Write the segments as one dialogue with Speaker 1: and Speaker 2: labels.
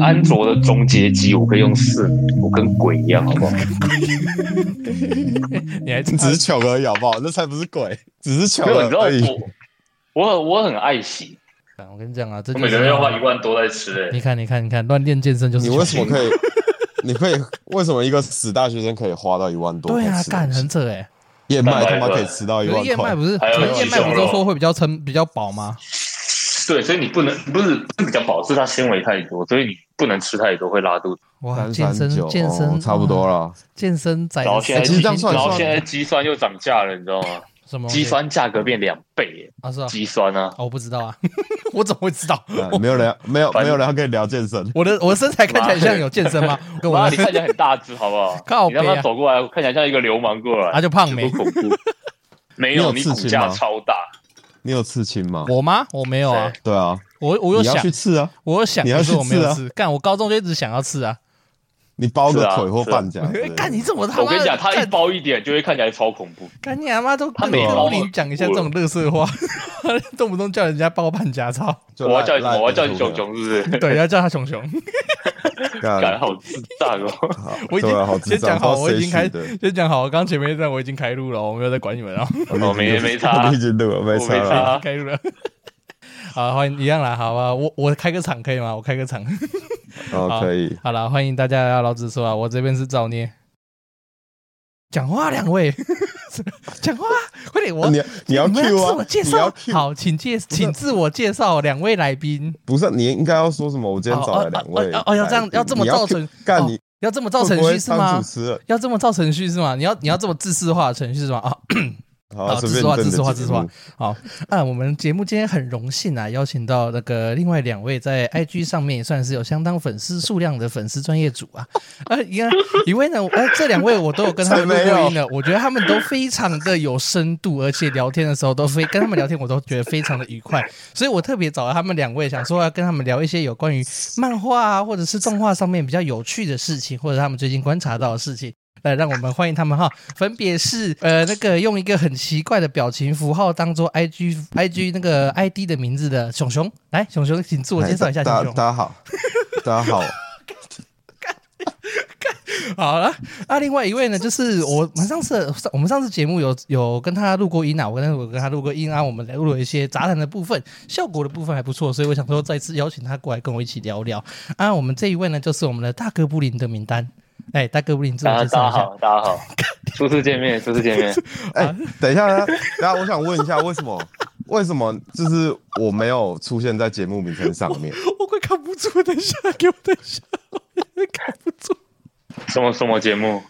Speaker 1: 安卓的终结机，我可以用四年，我跟鬼一样，好不好？
Speaker 2: 你还
Speaker 3: 只是巧合而已好不好？那才不是鬼， 只是巧
Speaker 1: 没有，
Speaker 3: 合
Speaker 1: 你知道
Speaker 3: 而已。
Speaker 1: 我我很我很爱惜，
Speaker 2: 我跟你讲啊，这
Speaker 1: 我
Speaker 2: 就
Speaker 1: 每个
Speaker 2: 是
Speaker 1: 月要花一万多在吃、欸，
Speaker 2: 你看，你看，你看，乱练健身就是
Speaker 3: 你为什么
Speaker 2: 以？
Speaker 3: 可以？你可以为什么一个死大学生可以花到一万多？
Speaker 2: 对啊，
Speaker 3: 吃东西
Speaker 2: 干很扯哎。
Speaker 3: 燕麦他妈可以吃到一
Speaker 2: 可
Speaker 3: 万
Speaker 2: 是燕麦
Speaker 3: 块，
Speaker 2: 不是，
Speaker 1: 还有
Speaker 2: 可是
Speaker 1: 鸡
Speaker 2: 燕麦
Speaker 1: 胸
Speaker 2: 不是
Speaker 1: 肉
Speaker 2: 说会比较撑、比较饱吗？
Speaker 1: 对，所以你不能不是不是比较饱，是它纤维太多，所以你不能吃太多会拉肚子。
Speaker 2: 哇，
Speaker 3: 三
Speaker 2: 健
Speaker 3: 三
Speaker 2: 身
Speaker 3: 九
Speaker 2: 健身
Speaker 3: 哦差不多
Speaker 2: 哇
Speaker 3: 了。
Speaker 2: 健身仔的
Speaker 1: 然后现在
Speaker 2: 神
Speaker 3: 其实这样
Speaker 2: 经
Speaker 3: 算
Speaker 1: 然
Speaker 3: 一
Speaker 1: 后
Speaker 3: 算
Speaker 1: 现在肌酸又涨价了，你知道吗？
Speaker 2: 什么东西
Speaker 1: 肌酸价格变两倍耶，
Speaker 2: 啊？是啊，
Speaker 1: 肌酸啊，
Speaker 2: 哦我不知道啊， 我怎么会知道？
Speaker 3: 啊没有人要，没有
Speaker 1: 反
Speaker 3: 没
Speaker 1: 正
Speaker 3: 有人要跟你聊健身。
Speaker 2: 我的我的身材看起来像有健身吗？跟我
Speaker 1: 妈，你
Speaker 2: 的
Speaker 1: 看起来很大只，好不好？
Speaker 2: 靠
Speaker 1: 你他
Speaker 2: 北啊
Speaker 1: 妈走过来，我看起来像一个流氓过来，
Speaker 2: 啊就胖没
Speaker 1: 有多恐怖。没
Speaker 3: 你有
Speaker 1: 你
Speaker 3: 刺
Speaker 1: 骨
Speaker 3: 青
Speaker 1: 架
Speaker 3: 吗
Speaker 1: 超大，
Speaker 3: 你有刺青吗？
Speaker 2: 我吗？我没有啊，
Speaker 3: 对啊，
Speaker 2: 我我有
Speaker 3: 你要
Speaker 2: 想
Speaker 3: 去，刺啊，
Speaker 2: 我有想，
Speaker 3: 你要
Speaker 2: 可是
Speaker 3: 去
Speaker 2: 我没有
Speaker 3: 吃啊
Speaker 2: 吃。干，我高中就一直想要吃啊。哎
Speaker 3: 你包个
Speaker 1: 是啊
Speaker 3: 腿 或
Speaker 1: 是啊
Speaker 3: 半甲之类的。
Speaker 2: 干你怎么他妈？
Speaker 1: 我跟你讲，它一
Speaker 2: 干
Speaker 1: 包一点就会看起来超恐怖。
Speaker 2: 干你他妈都
Speaker 1: 他
Speaker 2: 跟
Speaker 1: 每
Speaker 2: 跟
Speaker 3: 包
Speaker 2: 欧
Speaker 1: 都
Speaker 2: 林
Speaker 1: 很
Speaker 2: 讲一下
Speaker 1: 多
Speaker 2: 这种乐色话， 动不动叫人家包办家 操，
Speaker 3: 就
Speaker 1: 我要叫你什
Speaker 3: 赖
Speaker 1: 么？我要叫你
Speaker 3: 赖着
Speaker 1: 熊熊，是不是？
Speaker 2: 对，要叫他熊熊。
Speaker 3: 干
Speaker 1: 感好智障哦！
Speaker 3: 好
Speaker 2: 我已经
Speaker 3: 对啊好智
Speaker 2: 先讲
Speaker 3: 障
Speaker 2: 好，
Speaker 3: 不知道
Speaker 2: 我已
Speaker 3: 谁
Speaker 2: 经开
Speaker 3: 取的
Speaker 2: 先讲好，刚前面一段我已经开录了，我没有在管你们啊，
Speaker 1: 我没没差
Speaker 3: 我已经录了，没
Speaker 1: 我没
Speaker 3: 了。
Speaker 1: 差啊
Speaker 2: 开录了。好，欢迎一样啦，好吧，我我开个场可以吗？我开个场，
Speaker 3: 哦，可以。
Speaker 2: 好啦，欢迎大家老子说啊，我这边是造孽。讲话，两位， 讲话，快点，我
Speaker 3: 啊你你要
Speaker 2: 们
Speaker 3: Q
Speaker 2: 自
Speaker 3: 啊
Speaker 2: 我，介
Speaker 3: 你要
Speaker 2: 绍
Speaker 3: Q，，
Speaker 2: 好，请介，请自我介绍两位来宾，
Speaker 3: 不是你应该要说什么？我今天找了两
Speaker 2: 哦
Speaker 3: 位
Speaker 2: 哦哦哦哦要这样
Speaker 3: 来宾
Speaker 2: 要这么
Speaker 3: 你
Speaker 2: 造
Speaker 3: Q-
Speaker 2: 成
Speaker 3: 干
Speaker 2: 哦
Speaker 3: 你
Speaker 2: 要这么造
Speaker 3: 会
Speaker 2: 程
Speaker 3: 不会
Speaker 2: 序是
Speaker 3: 当
Speaker 2: 吗
Speaker 3: 主？持人
Speaker 2: 要这么造程序是吗？你要你要这么自私化的程序是吗？啊，
Speaker 3: 好，
Speaker 2: 好
Speaker 3: 随便
Speaker 2: 自说话
Speaker 3: 你真的
Speaker 2: 自说话
Speaker 3: 节
Speaker 2: 自说话
Speaker 3: 目
Speaker 2: 好，啊，我们节目今天很荣幸啊，邀请到那个另外两位在 IG 上面也算是有相当粉丝数量的粉丝专业组啊，呃，一个一位呢，呃，这两位我都有跟他们录
Speaker 3: 才没有
Speaker 2: 过音 了，我觉得他们都非常的有深度，而且聊天的时候都非跟他们聊天，我都觉得非常的愉快，所以我特别找了他们两位，想说要跟他们聊一些有关于漫画啊，或者是动画上面比较有趣的事情，或者他们最近观察到的事情。来，让我们欢迎他们哈，分别是呃那个用一个很奇怪的表情符号当做 I G I G 那个 I D 的名字的熊熊，来熊熊，请自我介绍一下
Speaker 3: 哎大
Speaker 2: 熊
Speaker 3: 大
Speaker 2: 熊。
Speaker 3: 大家好，大家好，
Speaker 2: 好了，那、另外一位呢，就是我们上次我们上次节目有有跟他录过音啊，我跟我跟他录过音啊，我们录了一些杂谈的部分，效果的部分还不错，所以我想说再次邀请他过来跟我一起聊聊啊。我们这一位呢，就是我们的大哥布林的名单，哎，大哥布林自我
Speaker 1: 大家
Speaker 2: 介
Speaker 1: 大
Speaker 2: 绍
Speaker 1: 家
Speaker 2: 一下。
Speaker 1: 好，大家好，初次见面，初次见面。
Speaker 3: 哎，等一下，等一下，我想问一下，为什么？为什么就是我没有出现在节目名称上面？
Speaker 2: 我快扛不住，等一下，给我等一下，我扛不住。
Speaker 1: 什么什么节目？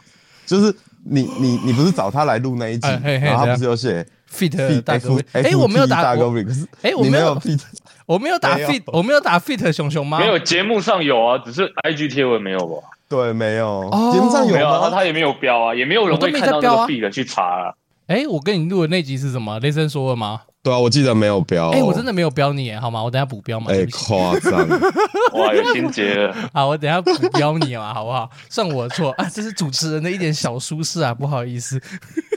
Speaker 3: 就是你你你不是找他来录那一集，
Speaker 2: 哎嘿嘿
Speaker 3: 然后
Speaker 2: 怎
Speaker 3: 他
Speaker 2: 样
Speaker 3: 不是有写
Speaker 2: Fit
Speaker 3: F
Speaker 2: 大哥
Speaker 3: F，
Speaker 2: 哎，我没有
Speaker 3: FT
Speaker 2: 打
Speaker 3: 大哥
Speaker 2: 我，
Speaker 3: Rick，可是
Speaker 2: 哎我
Speaker 3: 你
Speaker 2: 没有
Speaker 3: 有 Fit，
Speaker 2: 我没有打
Speaker 3: 没有
Speaker 2: Fit，我没有打 Fit 熊熊吗？
Speaker 1: 没有节目上有啊，只是 IG 贴文没有吧？
Speaker 3: 对，没有
Speaker 2: 哦，
Speaker 3: 节目上有
Speaker 1: 没有啊，他
Speaker 3: 吗？
Speaker 1: 他也没有标啊，也没有人会看
Speaker 2: 我都没在
Speaker 1: 到
Speaker 2: 标
Speaker 1: 那
Speaker 2: 啊
Speaker 1: 个 B 的去查啊。
Speaker 2: 哎，我跟你录的那集是什么？雷神说了吗？
Speaker 3: 对啊，我记得没有标。
Speaker 2: 哎，我真的没有标你，好吗？我等下补标嘛，对
Speaker 3: 哎
Speaker 2: 不起。
Speaker 3: 夸张，
Speaker 1: 哇，有心结了。
Speaker 2: 啊，我等下补标你嘛，好不好？算我错啊，这是主持人的一点小疏失啊，不好意思。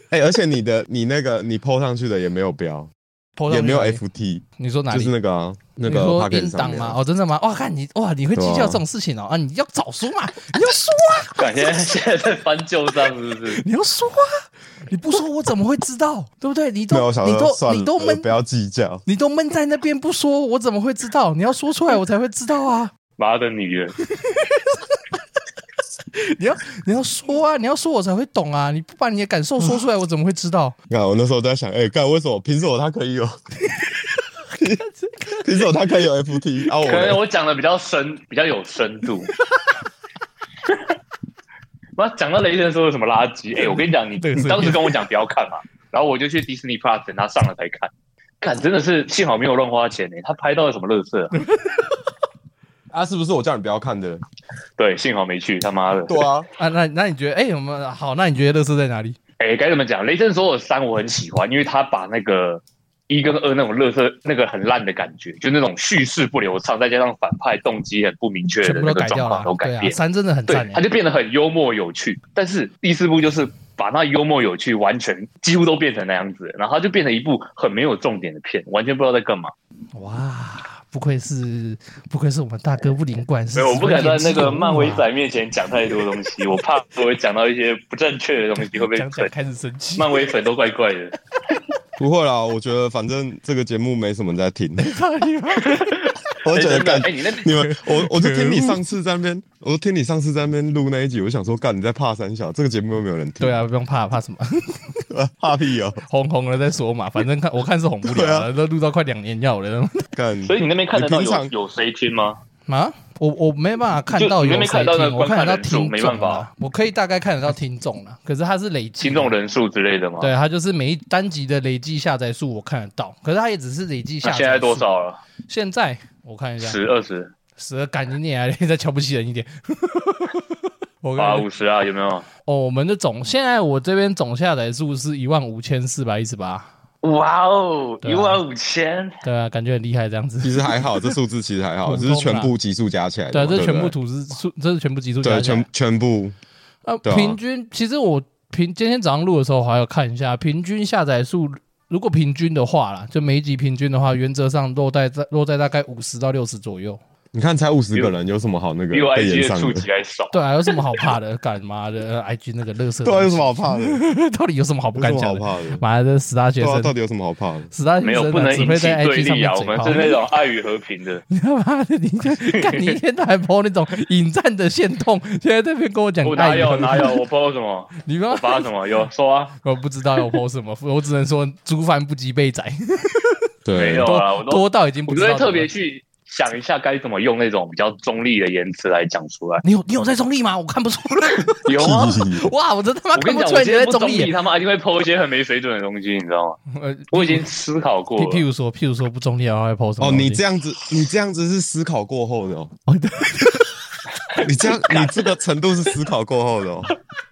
Speaker 3: 哎，而且你的你那个你 PO 上去的也没有标，
Speaker 2: PO
Speaker 3: 也
Speaker 2: 上去
Speaker 3: 没有
Speaker 2: 哪里
Speaker 3: FT，
Speaker 2: 你说哪
Speaker 3: 就
Speaker 2: 里？
Speaker 3: 是那个啊那
Speaker 2: 你
Speaker 3: 个
Speaker 2: 说
Speaker 3: p a
Speaker 2: 音
Speaker 3: c 上
Speaker 2: 档
Speaker 3: 面
Speaker 2: 吗？
Speaker 3: 啊。
Speaker 2: 哦，真的吗？哇，看你哇，你会计
Speaker 3: 对啊
Speaker 2: 较这种事情哦啊！你要早说嘛，你要说啊，
Speaker 1: 感觉现在在翻旧账是不是？
Speaker 2: 你要说啊，你不说我怎么会知道？对不对？你
Speaker 3: 没有，
Speaker 2: 都
Speaker 3: 我想
Speaker 2: 你
Speaker 3: 说
Speaker 2: 都
Speaker 3: 算
Speaker 2: 你都
Speaker 3: 了，
Speaker 2: 闷
Speaker 3: 不要计较。
Speaker 2: 你都闷在那边不说，我怎么会知道？你要说出来，我才会知道啊！
Speaker 1: 妈的女人，
Speaker 2: 你要你要说啊，你要说我才会懂啊！你不把你的感受说出来，我怎么会知道？
Speaker 3: 你看，我那时候在想，哎，干为什么？凭什么他可以有？ 凭什么他可以有 FT 啊？我
Speaker 1: 可能
Speaker 3: 嘞
Speaker 1: 我讲的比较深，比较有深度。 妈，讲到雷神说有什么垃圾？哎、我跟你讲，你
Speaker 2: 对
Speaker 1: 你
Speaker 2: 是
Speaker 1: 当时跟我讲不要看嘛，然后我就去 Disney Plus 等他上了才看。看，真的是幸好没有乱花钱呢、他拍到了什么乐色、啊？
Speaker 3: 啊，是不是我叫你不要看的？
Speaker 1: 对，幸好没去，他妈的。
Speaker 3: 对啊，
Speaker 2: 啊，那那你觉得？哎、我们好，那你觉得乐色在哪里？
Speaker 1: 哎，该怎么讲？雷神索尔三我很喜欢，因为他把那个一跟二那种乐色、那个很烂的感觉，就那种叙事不流畅，再加上反派动机很不明确
Speaker 2: 全
Speaker 1: 的
Speaker 2: 部
Speaker 1: 那
Speaker 2: 都
Speaker 1: 个
Speaker 2: 改
Speaker 1: 状
Speaker 2: 掉
Speaker 1: 况
Speaker 2: 了
Speaker 1: 都，
Speaker 2: 对
Speaker 1: 改
Speaker 2: 啊，
Speaker 1: 变，
Speaker 2: 三真的很
Speaker 1: 对
Speaker 2: 赞
Speaker 1: 他
Speaker 2: 哎、
Speaker 1: 就变得很幽默有趣。但是第四部就是把那幽默有趣完全几乎都变成那样子，然后他就变成一部很没有重点的片，完全不知道在干嘛。
Speaker 2: 哇，不愧是不愧是我们大哥不灵管事
Speaker 1: 没有，我不敢在那个漫威仔面前讲太多东西，我怕我会讲到一些不正确的东西，会被
Speaker 2: 讲讲
Speaker 1: 粉
Speaker 2: 开始生气，
Speaker 1: 漫威粉都怪怪的。
Speaker 3: 不会啦，我觉得反正这个节目没什么人在听，我
Speaker 1: 哎
Speaker 3: 觉得
Speaker 1: 真的
Speaker 3: 干
Speaker 1: 哎，你那
Speaker 3: 你们，我我就
Speaker 2: 嗯
Speaker 3: 听你上次在那边，我就听你上次在那边录那一集，我就想说，干你在怕三小，这个节目又没有人听，
Speaker 2: 对啊，不用怕，怕什么？
Speaker 3: 啊， 怕屁哦，
Speaker 2: 红红了再说嘛，反正看我看是红不了了，都录到快两年要了
Speaker 3: 干，
Speaker 1: 所以你那边看得到
Speaker 3: 你平
Speaker 1: 有
Speaker 3: 常
Speaker 1: 有谁听吗？
Speaker 2: 啊！我我没办法看
Speaker 1: 就
Speaker 2: 到
Speaker 1: 你
Speaker 2: 有
Speaker 1: 那边
Speaker 2: 谁
Speaker 1: 看到那个
Speaker 2: 听，我看
Speaker 1: 观
Speaker 2: 得
Speaker 1: 看
Speaker 2: 到
Speaker 1: 人数
Speaker 2: 听
Speaker 1: 没
Speaker 2: 众
Speaker 1: 办法
Speaker 2: 啊，我可以大概看得到听众了，可是它是累积
Speaker 1: 听
Speaker 2: 的
Speaker 1: 众人数啊之类的吗？
Speaker 2: 对，它就是每一单集的累计下载数我看得到，可是它也只是累计下
Speaker 1: 那
Speaker 2: 载。
Speaker 1: 现在多？少了？
Speaker 2: 现在我看一下，
Speaker 1: 十、二十
Speaker 2: 十二感你啊， 你再瞧不起人 一点。我
Speaker 1: 啊，
Speaker 2: 看
Speaker 1: 五十啊，有没有？
Speaker 2: 哦，我们的总现在我这边总下载数是一万五千四百一十八，
Speaker 1: 哇哦，
Speaker 2: 对
Speaker 1: 一
Speaker 2: 啊
Speaker 1: 万五千！
Speaker 2: 对啊，感觉很厉害这 样子。
Speaker 3: 其实还好，这数字其实还好，
Speaker 2: 普
Speaker 3: 这
Speaker 2: 通啦
Speaker 3: 是全部集数加起来
Speaker 2: 对
Speaker 3: 的
Speaker 2: 啊，
Speaker 3: 嘛，
Speaker 2: 这是全
Speaker 3: 不
Speaker 2: 部
Speaker 3: 对
Speaker 2: 图是数，这是全部集数加
Speaker 3: 对
Speaker 2: 起来
Speaker 3: 全全部，
Speaker 2: 啊，
Speaker 3: 对啊
Speaker 2: 平均其实我平今天早上录的时候，我还有看一下平均下载数。如果平均的话啦，就每一集平均的话，原则上落在在落在大概五十到六十左右。
Speaker 3: 你看才五十个人，有什么好那个
Speaker 1: 比我
Speaker 3: 被延
Speaker 1: IG 的
Speaker 3: 上
Speaker 1: 触
Speaker 3: 的？
Speaker 1: 及还少。
Speaker 2: 对啊，有什么好怕 的？干妈的呃，IG 那个乐色，
Speaker 3: 对啊，有什么好怕的？有
Speaker 2: 到底有什么好不
Speaker 3: 什
Speaker 2: 敢
Speaker 3: 么
Speaker 2: 讲
Speaker 3: 好
Speaker 2: 的？
Speaker 3: 怕的？
Speaker 2: 妈的，十大学
Speaker 3: 对啊，
Speaker 2: 生，
Speaker 3: 到底有什么好怕的？
Speaker 2: 十大 学
Speaker 1: 没有，
Speaker 2: 生
Speaker 1: 不
Speaker 2: 啊
Speaker 1: 能
Speaker 2: 只
Speaker 1: 引
Speaker 2: 会
Speaker 1: 起
Speaker 2: 在
Speaker 1: 对
Speaker 2: IG 上
Speaker 1: 立
Speaker 2: 面
Speaker 1: 啊！我
Speaker 2: 嘴
Speaker 1: 们
Speaker 2: 炮
Speaker 1: 是。那种爱与和平 的。
Speaker 2: 你他妈的，你这干你一天到晚抛那种引战的线痛，现在这边跟我讲
Speaker 1: 我
Speaker 2: 爱
Speaker 1: 哪
Speaker 2: 与和
Speaker 1: 有
Speaker 2: 平
Speaker 1: 哪有？我抛什么？
Speaker 2: 你不
Speaker 1: 我
Speaker 2: 要
Speaker 1: 发什么？有说 啊？
Speaker 2: 我不知道要 PO 什么，我只能说竹凡不及被宰，
Speaker 1: 没
Speaker 3: 对
Speaker 1: 有，啊，我
Speaker 2: 多
Speaker 1: 都
Speaker 2: 多到已经
Speaker 1: 我
Speaker 2: 不知
Speaker 1: 就
Speaker 2: 道
Speaker 1: 会
Speaker 2: 怎么。
Speaker 1: 特别去想一下该怎么用那种比较中立的言辞来讲出 来。
Speaker 2: 你有你有在中立吗？我看不出 来。
Speaker 1: 有
Speaker 3: 哦
Speaker 1: 啊，
Speaker 2: 哇，我真他妈
Speaker 1: 我
Speaker 2: 看
Speaker 1: 跟你
Speaker 2: 啊
Speaker 1: 讲，我
Speaker 2: 不出来你
Speaker 1: 今天
Speaker 2: 在
Speaker 1: 不中立，
Speaker 2: 立。
Speaker 1: 他妈一定会抛一些很没水准的东西，你知道吗？
Speaker 2: 呃，
Speaker 1: 我已经思考过
Speaker 2: 譬譬
Speaker 1: 了。
Speaker 2: 如说，譬如说不中立，啊然后还 PO 什么？
Speaker 3: 哦，你这样子，你这样子是思考过后的哦。
Speaker 2: 哦对
Speaker 3: 你这样，你这个程度是思考过后的哦。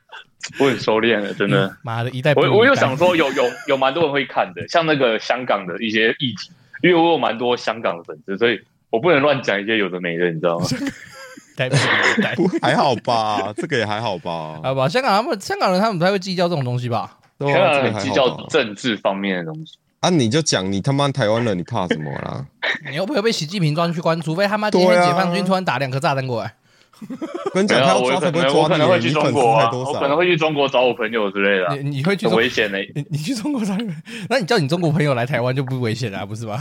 Speaker 1: 我很收敛了，真的。
Speaker 2: 妈的一代不嗯如
Speaker 1: 我
Speaker 2: 一代。
Speaker 1: 我有想说有，有有蛮多人会看的，像那个香港的一些议题，因为我有蛮多香港的粉丝，所以我不能乱讲一些有的没的，你知道吗？
Speaker 2: 哦一代不如一 代。
Speaker 3: 不还好吧，这个也还好吧。
Speaker 2: 好吧，香港他们香港人他们不太会计较这种东西吧？
Speaker 3: 对
Speaker 1: 香
Speaker 3: 啊，
Speaker 1: 港
Speaker 3: 这
Speaker 1: 人
Speaker 3: 个
Speaker 1: 很
Speaker 3: 还
Speaker 1: 计
Speaker 3: 好
Speaker 1: 较
Speaker 3: 吧。
Speaker 1: 政治方面的东西。
Speaker 3: 啊，你就讲你他妈台湾人，你怕什么啦？
Speaker 2: 你又不会被习近平抓去关，除非他妈今天
Speaker 3: 对啊
Speaker 2: 解放军突然打两颗炸弹过来。
Speaker 3: 我跟
Speaker 1: 没
Speaker 3: 你讲，
Speaker 1: 有
Speaker 3: 他
Speaker 1: 啊，
Speaker 3: 要
Speaker 1: 我有可
Speaker 3: 抓才不
Speaker 1: 能我
Speaker 3: 抓
Speaker 1: 可能会
Speaker 3: 你，
Speaker 1: 去
Speaker 3: 你
Speaker 1: 中
Speaker 3: 粉丝
Speaker 1: 国
Speaker 3: 才
Speaker 1: 啊，
Speaker 3: 多
Speaker 1: 我
Speaker 3: 少
Speaker 1: 可能？会去中国找我朋友之类的啊，
Speaker 2: 你你会去
Speaker 1: 很
Speaker 2: 中
Speaker 1: 危险的。
Speaker 2: 你你去中国找你那你叫你中国朋友来台湾就不危险了、啊，不是吗？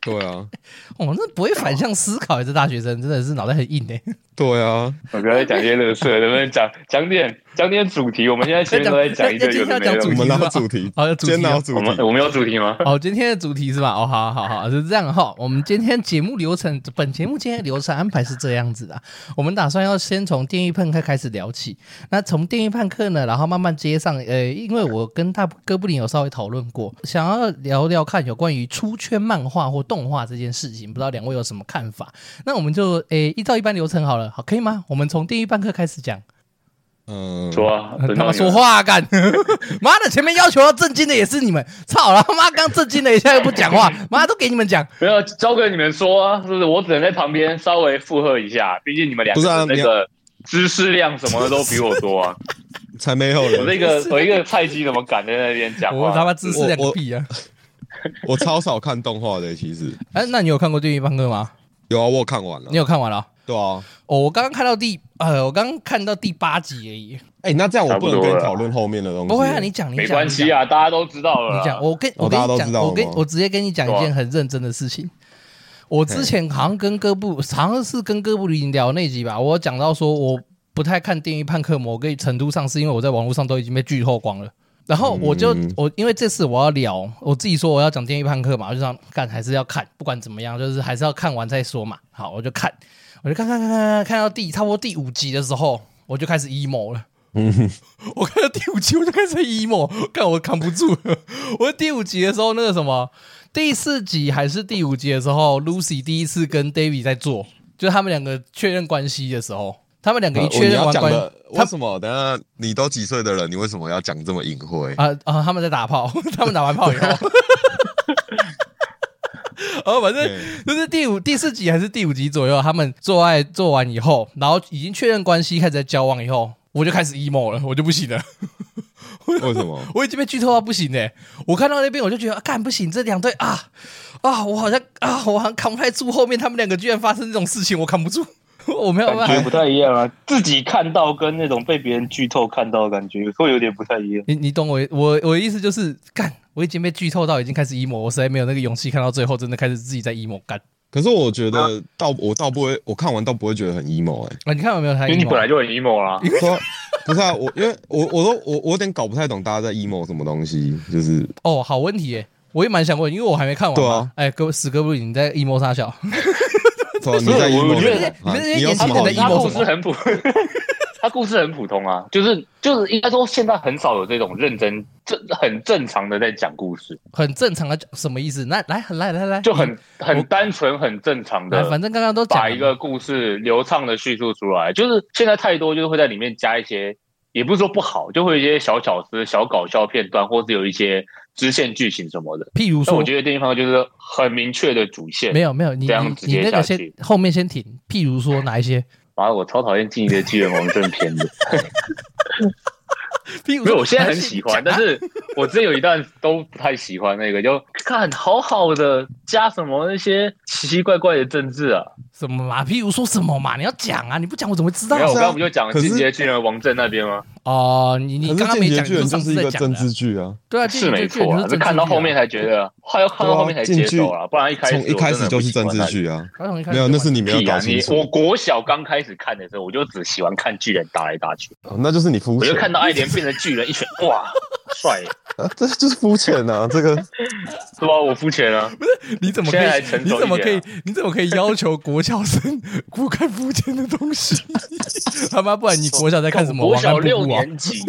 Speaker 3: 对啊，
Speaker 2: 哦，那不会反向思考，这大学生真的是脑袋很硬哎、
Speaker 3: 对啊，
Speaker 1: 我不要再讲这些乐色，能不能讲讲点讲点主题？我们现在前面都在讲一堆有的没的
Speaker 2: 主
Speaker 1: 东
Speaker 2: 题
Speaker 3: 我
Speaker 1: 西。
Speaker 3: 们
Speaker 2: 是吧
Speaker 3: 拿主题，
Speaker 2: 好，有主
Speaker 3: 今天
Speaker 2: 题
Speaker 3: 拿
Speaker 2: 哦
Speaker 3: 到。主
Speaker 1: 我们
Speaker 3: 题，
Speaker 1: 我们有主题吗？
Speaker 2: 哦，今天的主题是吧？哦，好好好，是这样哈。我们今天节目流程，本节目今天的流程安排是这样子的，我们打算要先从电狱判客开始聊起。那从电狱判客呢，然后慢慢接上。呃，因为我跟大哥布林有稍微讨论过，想要聊聊看有关于出圈漫画或动画这件事情，不知道两位有什么看法？那我们就诶依照一般流程好了，好可以吗？我们从电狱判客开始讲。
Speaker 3: 嗯，
Speaker 1: 说 啊，轮
Speaker 2: 他
Speaker 1: 到
Speaker 2: 妈
Speaker 1: 你
Speaker 2: 说
Speaker 1: 了
Speaker 2: 话啊干！ 妈的，前面要求要震惊的也是你们，操了！他妈刚震惊了一下又不 讲话，妈都给你们讲。
Speaker 1: 没有交给你们说啊，是不是？我只能在旁边稍微附和一下，毕竟你们两个
Speaker 3: 不是啊
Speaker 1: 的那
Speaker 3: 你
Speaker 1: 个知识量什么的都比我多 啊。
Speaker 3: 才没有
Speaker 1: 我
Speaker 3: 人，
Speaker 1: 这个我一个菜鸡怎么敢在那边讲
Speaker 2: 我他
Speaker 1: 话？
Speaker 2: 妈知识量个屁啊！
Speaker 3: 我超少看动画的，其实
Speaker 2: 哎，那你有看过《地狱半客》吗？
Speaker 3: 有啊，我有看完了
Speaker 2: 你，有看完了哦？
Speaker 3: 对啊，
Speaker 2: 哦，我刚刚看到第呃，我刚刚看到第八集而已。
Speaker 3: 哎，那这样我不能跟
Speaker 1: 差不多了
Speaker 3: 你讨论后面的东西，
Speaker 2: 不会啊，你讲，你讲，
Speaker 1: 没关系啊，大家都知道
Speaker 2: 你
Speaker 1: 了
Speaker 2: 讲。你
Speaker 1: 啦
Speaker 2: 讲，。我跟
Speaker 3: 哦
Speaker 2: 我跟
Speaker 3: 大家
Speaker 2: 你
Speaker 3: 都
Speaker 2: 讲，
Speaker 3: 知道了
Speaker 2: 我跟
Speaker 3: 吗
Speaker 2: 我直接跟你讲一
Speaker 1: 对
Speaker 2: 件
Speaker 1: 啊
Speaker 2: 很认真的事情。我之前好像跟哥布，好像是跟哥布林聊那集吧，我有讲到说我不太看《电狱判客》某个程度上，是因为我在网络上都已经被剧透光了。然后我就、
Speaker 3: 嗯
Speaker 2: 我因为这次我要聊，我自己说我要讲《电狱判客》嘛，我就想干还是要看，不管怎么样，就是还是要看完再说嘛。好，我就看，我就看看看看看看到第差不多第五集的时候，我就开始 emo 了。我看到第五集我就开始 emo，看我扛不住了。我第五集的时候，那个什么，第四集还是第五集的时候，Lucy 第一次跟 David 在做，就是他们两个确认关系的时候，他们两个一
Speaker 3: 呃
Speaker 2: 确
Speaker 3: 你
Speaker 2: 认
Speaker 3: 要
Speaker 2: 完
Speaker 3: 讲
Speaker 2: 关
Speaker 3: 的，为什么？等一下你都几岁的人，你为什么要讲这么隐晦？
Speaker 2: 啊啊，他们在打炮，他们打完炮以后。 哦，反正
Speaker 3: 对
Speaker 2: 就是第五、第四集还是第五集左右，他们做爱做完以 后，然后已经确认关系，开始在交往以后，我就开始 emo 了，我就不行了，
Speaker 3: 为什么？
Speaker 2: 我已经被剧透到不行嘞、我看到那边我就觉得，啊干、不行，这两队啊啊，我好像啊，我好像扛不太住，后面他们两个居然发生这种事情，我扛不住， 我没有办
Speaker 4: 感觉
Speaker 2: 法。
Speaker 4: 不太一样啊， 自己看到跟那种被别人剧透看到的感觉会有点不太一样。
Speaker 2: 你你懂我我我的意思就是，干，我已经被剧透到已经开始 emo，我实在没有那个勇气看到最后，真的开始自己在 emo 干。
Speaker 3: 可是我觉得倒我倒不会，我看完倒不会觉得很 emo 哎、
Speaker 2: 啊，你看有没有他
Speaker 1: 因为你
Speaker 2: emo？
Speaker 1: 本来就很 emo 啦。
Speaker 3: 说不是啊，我因为我我都我我有点搞不太懂大家在 emo 什么东西，就是
Speaker 2: 哦，好问题耶、我也蛮想问，因为我还没看完
Speaker 3: 对
Speaker 2: 嘛
Speaker 3: 啊。
Speaker 2: 哎、各位史哥不，你在 emo 啥小？
Speaker 3: 说你在
Speaker 4: 我
Speaker 3: emo，
Speaker 4: 我觉得
Speaker 3: 什
Speaker 2: 你
Speaker 3: 么
Speaker 2: 们这些
Speaker 3: 你有
Speaker 2: 年
Speaker 3: 什
Speaker 2: 轻
Speaker 3: 么
Speaker 2: 人
Speaker 3: 好
Speaker 2: 的
Speaker 1: 他
Speaker 3: emo？
Speaker 2: emo
Speaker 1: 故
Speaker 2: 什
Speaker 1: 事
Speaker 2: 么
Speaker 1: 很普， 他故事很普通啊，就是就是应该说现在很少有这种认真正很正常的在讲故事，
Speaker 2: 很正常的，什么意思？那来来来来，
Speaker 1: 就很
Speaker 2: 嗯我
Speaker 1: 很单纯很正常
Speaker 2: 来，反
Speaker 1: 的。
Speaker 2: 正刚刚都讲
Speaker 1: 把
Speaker 2: 了
Speaker 1: 一
Speaker 2: 嘛
Speaker 1: 个故事流畅的叙述出来，就是现在太多，就是会在里面加一些，也不是说不好，就会有一些小巧思、小搞笑片段，或是有一些支线剧情什么的。
Speaker 2: 譬如
Speaker 1: 但
Speaker 2: 说
Speaker 1: 我，觉得地方就是很明确的主线
Speaker 2: 没。有没有，你
Speaker 1: 这样
Speaker 2: 你
Speaker 1: 直
Speaker 2: 你
Speaker 1: 接
Speaker 2: 那个
Speaker 1: 下
Speaker 2: 先
Speaker 1: 去
Speaker 2: 后面先停。譬如说哪一些？
Speaker 1: 妈，我超讨厌《进击的巨人王》正片的。
Speaker 2: 譬
Speaker 1: 没
Speaker 2: 如说
Speaker 1: 有，我现在很
Speaker 2: 哪一些
Speaker 1: 喜 欢，但是我之前有一段都不太喜欢那个，就看好好的加什么那些奇奇怪怪的政治啊。
Speaker 2: 什么嘛？譬如说什么嘛？你要讲啊！你不讲我怎么会知道
Speaker 1: 没有，我
Speaker 3: 是
Speaker 1: 刚
Speaker 3: 啊
Speaker 1: 刚不就讲
Speaker 3: 可是
Speaker 1: 进阶巨人王振那边吗？
Speaker 2: 哦？你你
Speaker 3: 可
Speaker 2: 刚
Speaker 3: 是
Speaker 2: 刚
Speaker 3: 《
Speaker 2: 没
Speaker 3: 进击
Speaker 2: 讲，
Speaker 3: 的巨人
Speaker 2: 你》就
Speaker 3: 就
Speaker 2: 上
Speaker 3: 是
Speaker 2: 次
Speaker 3: 一
Speaker 2: 在
Speaker 3: 个
Speaker 2: 讲的
Speaker 3: 政
Speaker 2: 啊
Speaker 3: 治剧啊，
Speaker 2: 对啊，
Speaker 1: 是没
Speaker 2: 进击的巨人
Speaker 1: 错啊，
Speaker 2: 就是政
Speaker 1: 是
Speaker 2: 治
Speaker 1: 看到
Speaker 2: 剧啊
Speaker 1: 后面才觉得，还要看到后面才接受啊，不然一开始
Speaker 3: 从一开始就是政治
Speaker 1: 剧。
Speaker 3: 剧 啊，
Speaker 2: 他从一开始
Speaker 3: 没有，
Speaker 2: 就
Speaker 3: 那
Speaker 2: 玩
Speaker 3: 是你没有
Speaker 1: 屁啊！
Speaker 3: 搞
Speaker 1: 你
Speaker 3: 清楚
Speaker 1: 我，国小刚开始看的时候，我就只喜欢看巨人打来打去，
Speaker 3: 哦那就是你肤
Speaker 1: 我
Speaker 3: 浅
Speaker 1: 就，看到爱莲变成巨人一拳，哇，帅，
Speaker 3: 啊 这就是肤浅啊，这 个
Speaker 1: 是吧？我肤浅啊，
Speaker 2: 你怎么可
Speaker 1: 现在还
Speaker 2: 以？
Speaker 1: 成
Speaker 2: 你
Speaker 1: 熟
Speaker 2: 怎么
Speaker 1: 一
Speaker 2: 可以
Speaker 1: 点？
Speaker 2: 你怎么可以要求国小生 不看肤浅的东西？ 他妈，不然你国小在看什么？
Speaker 1: 国
Speaker 2: 王安
Speaker 1: 小
Speaker 2: 瀑布
Speaker 1: 六
Speaker 2: 啊？
Speaker 1: 年级，哦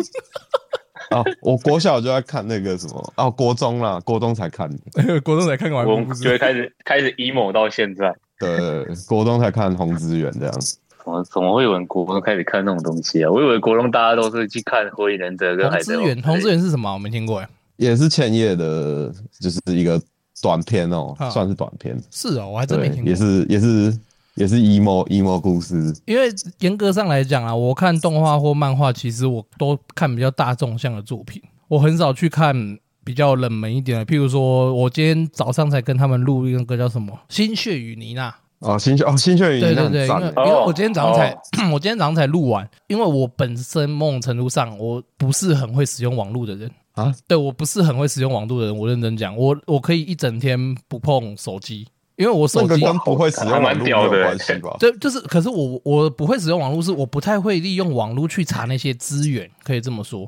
Speaker 3: 啊，我国小就在看那个什么啊，国中啦，国中才看，
Speaker 2: 国中才看完 瀑
Speaker 1: 我
Speaker 2: 布
Speaker 1: 就会
Speaker 2: 是
Speaker 1: 开始开始 emo 到现在。
Speaker 3: 对，国中才看《红之源》这样，
Speaker 1: 怎么怎么会有人国中开始看那种东西啊？我以为国中大家都是去看《火影忍者》跟《海
Speaker 2: 红
Speaker 1: 贼
Speaker 2: 之
Speaker 1: 王》。
Speaker 2: 源，红之源是什么啊？我没听过哎。
Speaker 3: 也是千叶的，就是一个短片哦
Speaker 2: 啊，
Speaker 3: 算是短片，
Speaker 2: 是哦，我还真没
Speaker 3: 对
Speaker 2: 听，过
Speaker 3: 也。是也是也是 emo emo 故事，
Speaker 2: 因为严格上来讲啊，我看动画或漫画，其实我都看比较大众向的作品，我很少去看比较冷门一点的。譬如说，我今天早上才跟他们录一个歌叫什么《心血与妮娜》。
Speaker 3: 哦，新血哦，新血
Speaker 2: 对
Speaker 3: 影
Speaker 2: 对
Speaker 3: 很
Speaker 2: 对，因
Speaker 3: 赞
Speaker 2: 为
Speaker 3: 欸
Speaker 2: 因为我今天早上才
Speaker 1: 哦
Speaker 2: 我今天早上才录完，因为我本身某种程度上我不是很会使用网络的人。
Speaker 3: 啊，
Speaker 2: 对我不是很会使用网络的人，我认真讲，我我可以一整天不碰手机，因为我手
Speaker 3: 这个
Speaker 2: 机
Speaker 3: 跟不会使用网络没有关系吧？
Speaker 2: 就就是，可是我我不会使用网络，是我不太会利用网络去查那些资源，可以这么说。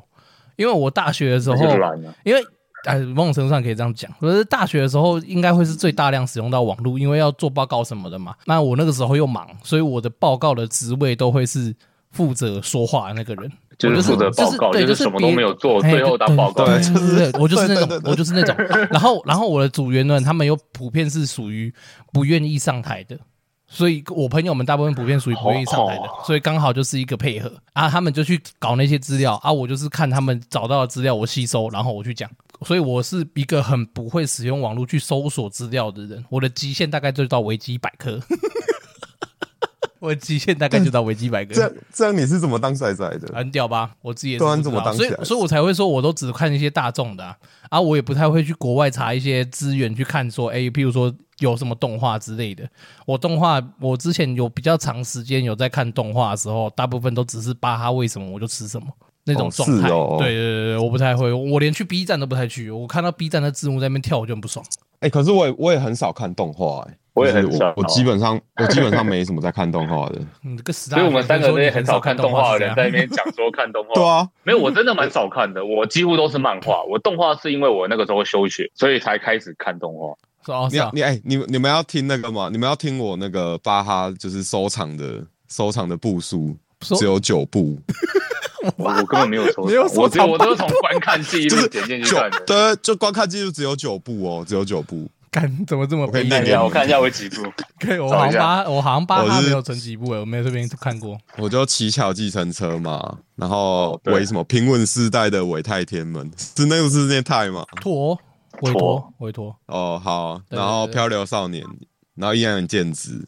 Speaker 2: 因为我大学的时候
Speaker 1: 那，就是懒啊，
Speaker 2: 因为哎，某种程度上可以这样讲，可是大学的时候应该会是最大量使用到网络，因为要做报告什么的嘛。那我那个时候又忙，所以我的报告的职位都会是负责说话的那个人。
Speaker 1: 就
Speaker 2: 我
Speaker 1: 是负责报告，
Speaker 2: 就是对
Speaker 1: 就
Speaker 2: 就是是
Speaker 1: 什么
Speaker 2: 别
Speaker 1: 都没有做，
Speaker 2: 哎
Speaker 1: 最后打报告。
Speaker 3: 对
Speaker 2: 对
Speaker 3: 就是
Speaker 2: 对对我就是那
Speaker 3: 对对
Speaker 2: 种，
Speaker 3: 对
Speaker 2: 我就是那种。然后，然后我的组员们，他们又普遍是属于不愿意上台的，所以我朋友们大部分普遍属于不愿意上台的
Speaker 1: 哦，
Speaker 2: 所以刚好就是一个配合啊。他们就去搞那些资料啊，我就是看他们找到的资料，我吸收，然后我去讲。所以我是一个很不会使用网络去搜索资料的人，我的极限大概就到维基百科。 我的极限大概就到维基
Speaker 1: 欸
Speaker 2: 百科。
Speaker 3: 这样这样你是怎么当仔仔的？
Speaker 2: 很屌吧？我自己也是
Speaker 3: 对啊
Speaker 2: 不
Speaker 3: 你
Speaker 2: 知
Speaker 3: 怎么
Speaker 2: 道
Speaker 3: 当
Speaker 2: 所
Speaker 3: 起来
Speaker 2: 以所以我才会说，我都只看一些大众的啊啊我也不太会去国外查一些资源去看说，哎，譬如说有什么动画之类的。我动画，我之前有比较长时间有在看动画的时候，大部分都只是巴哈为什么我就吃什么。那种
Speaker 3: 哦
Speaker 2: 状态，
Speaker 3: 是哦
Speaker 2: 对对对对，我不太会，我连去 B 站都不太去。我看到 B 站的字幕在那边跳，我就很不爽。
Speaker 3: 哎，可是我也我也很少看动画，哎，
Speaker 1: 我也
Speaker 3: 就是
Speaker 1: 很少
Speaker 3: 我基本上我基本上没什么在看动 画的，
Speaker 2: 你这个时代，
Speaker 1: 所以我们三个都也很少看动画的人
Speaker 2: 是
Speaker 1: 在
Speaker 2: 这
Speaker 1: 那
Speaker 2: 样
Speaker 1: 边讲说看动画。
Speaker 3: 对，啊，
Speaker 1: 没有，我真的蛮少看的，我几乎都是漫画。我动画是因为我那个时候休学，所以才开始看动 画。
Speaker 2: 是哦，
Speaker 3: 你
Speaker 2: 是啊
Speaker 3: 你哎、你你们要听那个吗？你们要听我那个巴哈就是收藏的收藏的部数
Speaker 2: 收
Speaker 3: 只有九部，
Speaker 1: 我我根本没有收
Speaker 2: 没有
Speaker 1: 藏，
Speaker 2: 收
Speaker 1: 我只
Speaker 2: 藏
Speaker 1: 我都是从观看记
Speaker 3: 就
Speaker 1: 录
Speaker 3: 是
Speaker 1: 点进去
Speaker 3: 九
Speaker 1: 看的。
Speaker 3: 对，就观看记录只有九部哦，只有九部。
Speaker 2: 干怎么这么
Speaker 3: 我可以
Speaker 2: 悲
Speaker 1: 看
Speaker 2: 哀
Speaker 3: 念
Speaker 1: 一
Speaker 3: 给你
Speaker 1: 下，
Speaker 3: 啊
Speaker 1: 啊我看一下有几部。
Speaker 2: 可以，我
Speaker 1: 找
Speaker 2: 好
Speaker 1: 一下
Speaker 2: 像巴，我好像巴哈
Speaker 3: 我是
Speaker 2: 没有成几部诶，我没有这边看过。
Speaker 3: 我就乞巧计程车嘛，然后
Speaker 1: 哦对
Speaker 3: 为什么平稳世代的伪太天门是那个是念太嘛？
Speaker 2: 托委托
Speaker 1: 托
Speaker 2: 委托，
Speaker 3: 哦，好，
Speaker 2: 对
Speaker 3: 然后
Speaker 2: 对对
Speaker 3: 漂流少年，然后依然很健直。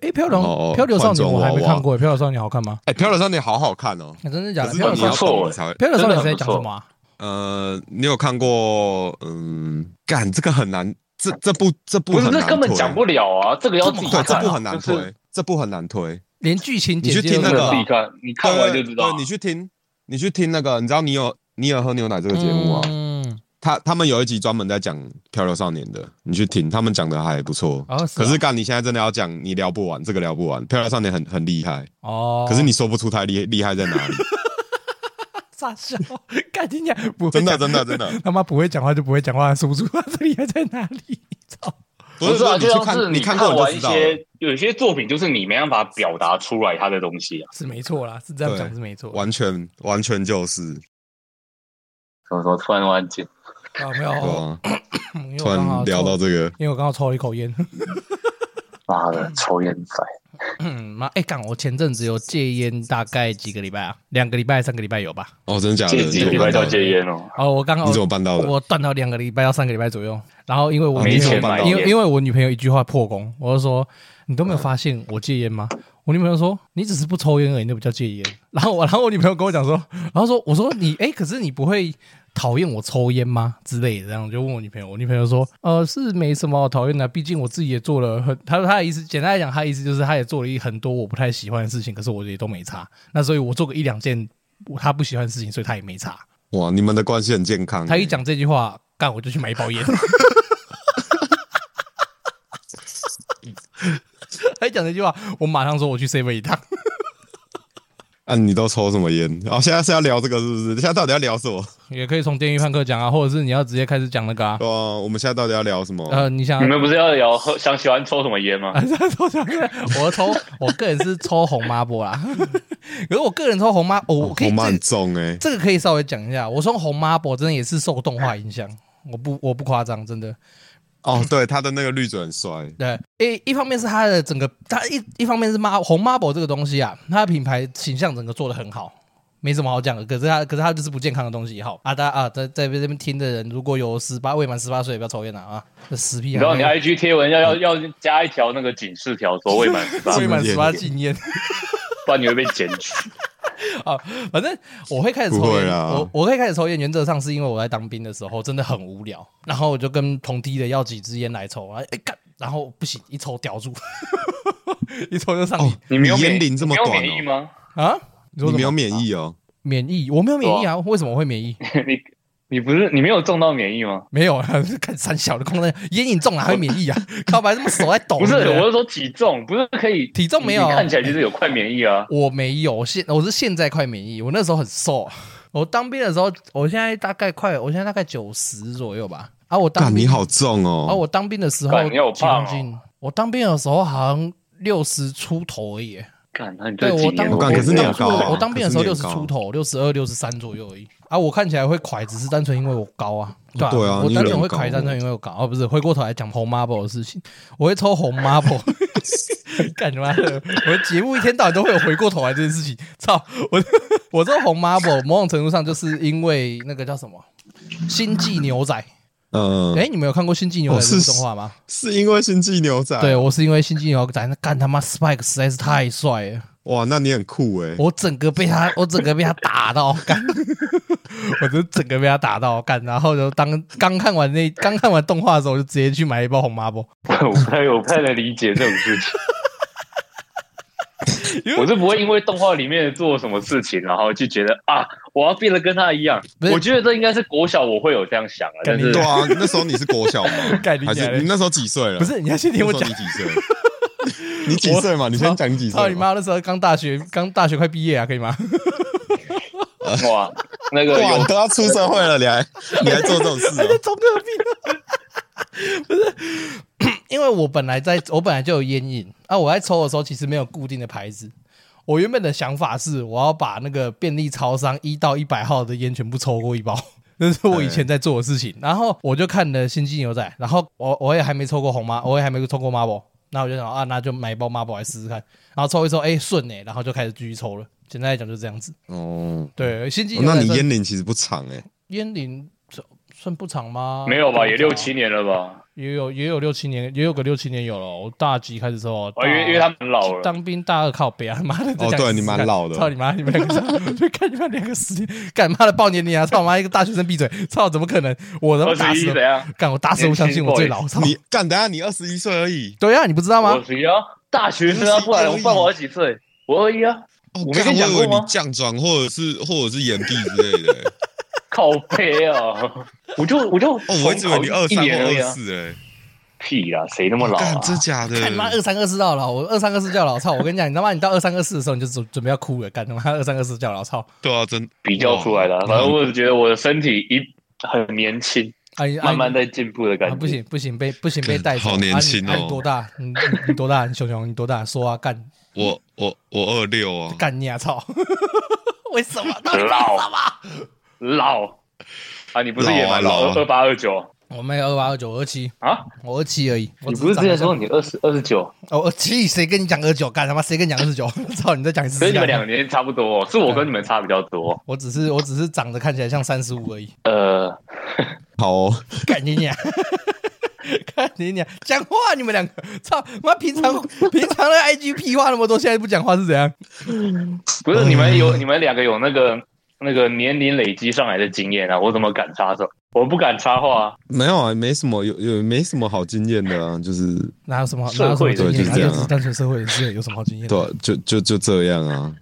Speaker 2: 哎，漂
Speaker 3: 哦
Speaker 2: 流
Speaker 3: 哦
Speaker 2: 漂流少
Speaker 3: 换
Speaker 2: 年
Speaker 3: 装
Speaker 2: 我还没
Speaker 3: 娃娃
Speaker 2: 看过，漂流少年好看吗？
Speaker 3: 哎、漂流少年好好看哦，
Speaker 2: 啊真的假
Speaker 3: 可
Speaker 2: 的？
Speaker 3: 是
Speaker 2: 漂流
Speaker 3: 你
Speaker 2: 少
Speaker 3: 要
Speaker 1: 不错
Speaker 3: 懂
Speaker 1: 哎
Speaker 3: 你才会。
Speaker 2: 漂流少年是在
Speaker 1: 真的很
Speaker 2: 讲
Speaker 1: 不错
Speaker 2: 什么啊？
Speaker 3: 呃，你有看过？嗯，干这个很难，这这部这部
Speaker 1: 不是
Speaker 3: 很难
Speaker 1: 这根本
Speaker 3: 推
Speaker 1: 讲不了啊，这个要自己
Speaker 3: 对，
Speaker 1: 看、
Speaker 3: 这
Speaker 1: 啊，
Speaker 3: 部很难
Speaker 1: 就是
Speaker 3: 推，这部很难推。
Speaker 2: 连剧情
Speaker 3: 你
Speaker 2: 简
Speaker 3: 去
Speaker 2: 介
Speaker 3: 听
Speaker 2: 都嗯
Speaker 3: 那
Speaker 1: 真
Speaker 2: 没
Speaker 3: 个
Speaker 1: 的
Speaker 2: 有
Speaker 3: 啊
Speaker 1: 自己看，你看完就知道
Speaker 3: 对，。你去听，你去听那个，你知道你有你有喝牛奶这个节目啊？
Speaker 2: 嗯，
Speaker 3: 他他们有一集专门在讲《漂流少年》的，你去听，他们讲的还不错。
Speaker 2: 哦，
Speaker 3: 可
Speaker 2: 啊
Speaker 3: 是干，你现在真的要讲，你聊不完，这个聊不完。《漂流少年很》很厉害，
Speaker 2: 哦，
Speaker 3: 可是你说不出他厉厉害在哪 里。
Speaker 2: 傻笑， 干你娘！不会
Speaker 3: 真的，
Speaker 2: 讲
Speaker 3: 真的，真的，
Speaker 2: 他妈不会讲话就不会讲话，说不出 话，这里还在哪里？操！
Speaker 3: 不是
Speaker 1: 不啊，
Speaker 3: 不
Speaker 1: 就是
Speaker 3: 你
Speaker 1: 像是
Speaker 3: 去看，你
Speaker 1: 看
Speaker 3: 看过
Speaker 1: 完
Speaker 3: 你就
Speaker 1: 一
Speaker 3: 知道了。
Speaker 1: 些有些作品，就是你没办法表达出来他的东西啊，
Speaker 2: 是没错啦，是这样讲
Speaker 3: 对
Speaker 2: 是没错。
Speaker 3: 完全完全就是，
Speaker 1: 什么什么突然忘记，
Speaker 2: 啊，没有，嗯
Speaker 3: 对
Speaker 1: 哦
Speaker 3: 吧？
Speaker 2: 因为
Speaker 3: 突
Speaker 2: 我刚
Speaker 3: 然
Speaker 2: 好
Speaker 3: 聊到
Speaker 2: 抽，
Speaker 3: 这个，
Speaker 2: 因为我刚好抽了一口烟。
Speaker 1: 妈的，抽烟仔，
Speaker 2: 嗯，妈，哎、干！我前阵子有戒烟，大概几个礼拜啊，两个礼拜、三个礼拜有吧？
Speaker 3: 哦，真的假的？
Speaker 1: 这
Speaker 3: 你
Speaker 1: 几
Speaker 3: 怎
Speaker 1: 个
Speaker 3: 么
Speaker 1: 礼拜
Speaker 3: 办到
Speaker 1: 叫
Speaker 3: 的
Speaker 1: 戒烟哦，
Speaker 2: 哦，我刚好
Speaker 3: 你怎么办到的？啊
Speaker 2: 我断到两个礼拜到三个礼拜左右，然后因为我
Speaker 3: 没
Speaker 2: 女朋友
Speaker 3: 钱买
Speaker 2: 因为
Speaker 1: 烟
Speaker 2: 因为我女朋友一句话破功，我就说你都没有发现我戒烟吗？我女朋友说你只是不抽烟而已，那不叫戒烟。然后我 然后我女朋友跟我讲说，然后说我说你哎，可是你不会讨厌我抽烟吗？之类的，这样我就问我女朋友，我女朋友说呃是没什么好讨厌的，啊毕竟我自己也做了很，她她的意思简单来讲，她的意思就是她也做了一很多我不太喜欢的事情，可是我也都没差。那所以我做个一两件我她不喜欢的事情，所以她也没差。
Speaker 3: 哇，你们的关系很健康欸。
Speaker 2: 他一讲这句话，干我就去买一包烟。 他一讲这句话，我马上说我去 seven 一趟。
Speaker 3: 啊，你都抽什么烟？哦，现在是要聊这个是不是？现在到底要聊什么？
Speaker 2: 也可以从电狱判客讲啊，或者是你要直接开始讲那个啊。
Speaker 3: 哦，我们现在到底要聊什么？
Speaker 2: 呃，你想
Speaker 3: 嗯
Speaker 1: 你们不是要聊喝想喜欢抽什么烟
Speaker 3: 啊
Speaker 1: 吗？
Speaker 2: 抽奖，我抽， 我个人是抽红抹布啦。 可是我个人抽红抹，哦、我可以
Speaker 3: 红妈
Speaker 2: 这
Speaker 3: 很重哎、
Speaker 2: 这个可以稍微讲一下。我抽红抹布真的也是受动画影响，我不我不夸张，真的。
Speaker 3: 哦，对，他的那个绿嘴很帅，
Speaker 2: 对，一一方面是它的整个，它一一方面是 mar 红 marble 这个东西啊，它的品牌形象整个做的很好，没什么好讲的。可是它，可是它就是不健康的东西。好啊，大家啊，在在这边听的人，如果有十八未满十八岁，不要抽烟了啊，这死屁
Speaker 1: 你
Speaker 2: 啊！
Speaker 1: 知道你 IG 贴文要要要加一条那个警示条，说未满十 八，
Speaker 2: 未满十
Speaker 3: 禁烟
Speaker 2: 八禁烟
Speaker 1: 不然你会被检 举。
Speaker 2: 啊。反正我会开始
Speaker 3: 不
Speaker 1: 啊
Speaker 2: 抽
Speaker 3: 会
Speaker 2: 烟，
Speaker 3: 啦
Speaker 2: 我我会开始抽烟，原则上是因为我在当兵的时候真的很无聊，然后我就跟同梯的要几支烟来抽啊，哎干，然后不行，一抽叼住， 一抽就上瘾、
Speaker 1: 你没有
Speaker 3: 哦你
Speaker 1: 免
Speaker 3: 烟龄这么短哦
Speaker 1: 你没有免疫吗？
Speaker 2: 啊！你说什
Speaker 3: 你
Speaker 2: 么
Speaker 3: 没有免疫哦，
Speaker 2: 免疫，我没有免疫啊，为什么我会免疫？
Speaker 1: 你你不是你没有中到免疫
Speaker 3: 哦
Speaker 1: 吗？
Speaker 2: 没有啊， 看三小的空单，烟瘾中了还会免疫 啊？靠白，这么手在抖。
Speaker 1: 不是，
Speaker 3: 啊
Speaker 2: 对对
Speaker 1: 我是说体重，不是可以
Speaker 2: 体重没有啊
Speaker 1: 你你看起来就是有快免疫啊。
Speaker 2: 我没有，现我是现在快免疫，我那时候很瘦啊，我当兵的时候，我现在大概快，我现在大概九十左右吧。啊，我当
Speaker 3: 干
Speaker 2: 兵
Speaker 3: 你好重哦，
Speaker 2: 啊，我当兵的时候
Speaker 1: 干你好
Speaker 2: 几公
Speaker 1: 胖哦
Speaker 2: 斤？我当兵的时候好像六十出头而已耶。
Speaker 1: 干，那你这
Speaker 2: 对
Speaker 1: 几
Speaker 2: 我当
Speaker 1: 年
Speaker 3: 我
Speaker 1: 都
Speaker 3: 干
Speaker 1: 没
Speaker 3: 可
Speaker 1: 有
Speaker 3: 是
Speaker 1: 这
Speaker 3: 你
Speaker 1: 样
Speaker 3: 很高啊
Speaker 2: 我当兵的时候
Speaker 3: 可
Speaker 2: 六
Speaker 3: 是
Speaker 2: 十
Speaker 3: 你很高
Speaker 2: 出
Speaker 3: 啊
Speaker 2: 头，六十二、六十三左右而已。啊，我看起来会蒯只是单纯因为我高啊，对啊，
Speaker 3: 对啊
Speaker 2: 我
Speaker 3: 你
Speaker 2: 单纯
Speaker 3: 人
Speaker 2: 会
Speaker 3: 高
Speaker 2: 蒯，单纯因为我高。哦，不是，回过头来讲红 marble 的事情，我会抽红 marble。干什么？我的节目一天到晚都会有回过头来这件事情。操，我我抽红 marble，某种程度上就是因为那个叫什么《星际牛仔》。
Speaker 3: 嗯，
Speaker 2: 哎，你们有看过《星际牛仔
Speaker 3: 哦》
Speaker 2: 这部
Speaker 3: 是哎
Speaker 2: 动画吗？
Speaker 3: 是因为星际牛仔，
Speaker 2: 对，我是因为《星际牛仔》那干他妈 Spike 实在是太帅了。
Speaker 3: 哇，那你很酷哎、
Speaker 2: 我整个被他，我整个被他打到干，我就整个被他打到干，然后就当刚看完那刚看完动画的时候，我就直接去买一包红麻布。
Speaker 1: 我不太我不太能理解这种事
Speaker 2: 因
Speaker 1: 情。
Speaker 2: 为
Speaker 1: 我是不会因为动画里面做什么事情，然后就觉得啊，我要变得跟他一样
Speaker 2: 不。是
Speaker 1: 我觉得这应该是国小我会有这样想啊，
Speaker 2: 干
Speaker 1: 但
Speaker 2: 你
Speaker 1: 是
Speaker 3: 对啊，那时候你是国小吗
Speaker 2: ？干你
Speaker 3: 还
Speaker 2: 娘嘞
Speaker 3: 是你那时候几岁了？
Speaker 2: 不是，你要先听我
Speaker 3: 那时
Speaker 2: 讲
Speaker 3: 候你，几岁？你几岁嘛？你先讲你几岁嘛？
Speaker 2: 操你妈！那时候刚大学，刚大学快毕业啊，可以吗？
Speaker 1: 哇， 那个
Speaker 3: 哇，
Speaker 1: 有
Speaker 3: 你都要出社会了，你还你还做这种事、
Speaker 2: 还在
Speaker 3: 哦？
Speaker 2: 中二病、 不是， 因为我本来在我本来就有烟瘾啊，我在抽的时候其实没有固定的牌子。我原本的想法是，我要把那个便利超商一到一百号的烟全部抽过一包， 那是我以前在做的事情。然后我就看了《星际牛仔》，然后我我也还没抽过红妈，我也还没抽过 Marble，那我就想啊，那就买一包 Marble 来试试看，然后抽一抽，哎顺哎，然后就开始继续抽了。简单来讲就这样子。
Speaker 3: 哦，
Speaker 2: 对，《星际
Speaker 3: 哦
Speaker 2: 牛仔
Speaker 3: 那
Speaker 2: 算》
Speaker 5: 欸
Speaker 3: 你烟龄其实不长哎、
Speaker 2: 烟龄算不长吗？
Speaker 1: 没有吧？
Speaker 2: 不
Speaker 1: 也
Speaker 2: 长
Speaker 1: 六七，年了吧？
Speaker 2: 也有也有六七年，也有个六七年有了。我大几开始之后，
Speaker 1: 啊，因为因为他们老了，
Speaker 2: 当兵大二靠北啊，妈的！
Speaker 5: 哦
Speaker 2: 再讲
Speaker 5: 对
Speaker 2: 一次
Speaker 5: 你蛮老的
Speaker 2: 操你妈！你们两个，就 看你们两个十年，干妈的暴年龄啊！操我妈一个大学生闭嘴！操，怎么可能？我他妈
Speaker 1: 二
Speaker 2: 打
Speaker 1: 十
Speaker 2: 死
Speaker 1: 一啊
Speaker 2: 都
Speaker 1: 怎样？
Speaker 2: 干我打死都不相信我最老！操
Speaker 3: 哦
Speaker 5: 你干，等一下你二十一岁而已。
Speaker 2: 对啊，你不知道吗
Speaker 1: 我？十一啊，大学生啊，不然我不然我要几岁？我二一啊，
Speaker 3: 哦，
Speaker 1: 我没
Speaker 3: 干
Speaker 1: 跟你
Speaker 3: 我
Speaker 1: 讲
Speaker 3: 以
Speaker 1: 过
Speaker 3: 为
Speaker 1: 吗
Speaker 3: 你降转或者是或者是延毕之类的欸、
Speaker 1: 靠背啊！ 我就我就
Speaker 3: 哦，我一直以为你
Speaker 1: 重考
Speaker 3: 二
Speaker 1: 一
Speaker 3: 三
Speaker 1: 年
Speaker 3: 或
Speaker 1: 而已
Speaker 3: 二
Speaker 1: 啊，
Speaker 3: 四哎，
Speaker 1: 屁啊，谁那么老
Speaker 3: 干
Speaker 1: 啊？
Speaker 3: 真假的？
Speaker 2: 看妈二三二四到老，我二三二四叫老操！我跟你讲，你他妈你到二三二四的时候，你就准准备要哭了，干他妈二三二四叫老操！
Speaker 3: 对啊，真
Speaker 1: 比较出来的啊，
Speaker 3: 哇
Speaker 1: 反正我只觉得我的身体一很年轻，
Speaker 2: 啊，你啊
Speaker 1: 慢慢在进步的感
Speaker 2: 啊
Speaker 1: 觉。
Speaker 2: 不，行不行，被不行被带走。
Speaker 3: 好年
Speaker 2: 啊你
Speaker 3: 轻
Speaker 2: 啊
Speaker 3: 哦
Speaker 2: 你多大？你你你多大？你熊熊你多大？说啊，干
Speaker 3: 我我我二六啊，
Speaker 2: 干你啊操！ 为什么？到底为
Speaker 1: 老
Speaker 2: 什么？
Speaker 1: 老啊，你不是也蛮老
Speaker 3: 老啊老啊
Speaker 1: 二八二九
Speaker 2: 我没有二八二九二七，
Speaker 1: 啊？
Speaker 2: 我二七而已。我
Speaker 1: 你
Speaker 2: 只
Speaker 1: 不是之
Speaker 2: 长得
Speaker 1: 前
Speaker 2: 像
Speaker 1: 说你二十二十九？
Speaker 2: 哦二七？谁跟你讲二九？干他妈谁跟你讲二十九？ 操！你再讲一次
Speaker 1: 所以
Speaker 2: 试
Speaker 1: 你
Speaker 2: 看
Speaker 1: 们
Speaker 2: 看。
Speaker 1: 两年差不 多，哦是我跟你们差比较多。
Speaker 2: 我只是我只是长得看起来像三十五而已。
Speaker 1: 呃，
Speaker 5: 好哦，
Speaker 2: 干你娘！ 干你娘！讲话你们两个，操妈！平常 平常的 IG 屁话那么多，现在不讲话是怎样？
Speaker 1: 不是你们
Speaker 3: 嗯
Speaker 1: 有你们两个有那个那个年龄累积上来的经验啊，我怎么敢插手？我不敢插话啊。
Speaker 5: 没有啊，没什么，有有没什么好经验的啊，就是
Speaker 2: 哪有什么
Speaker 1: 社
Speaker 2: 哪有什么
Speaker 1: 会
Speaker 2: 经
Speaker 5: 的就
Speaker 2: 验？
Speaker 5: 是
Speaker 2: 他
Speaker 5: 这
Speaker 2: 就
Speaker 5: 样啊
Speaker 2: 只是单纯社会人士，有什么好经验的？
Speaker 5: 对啊、就就就这样啊。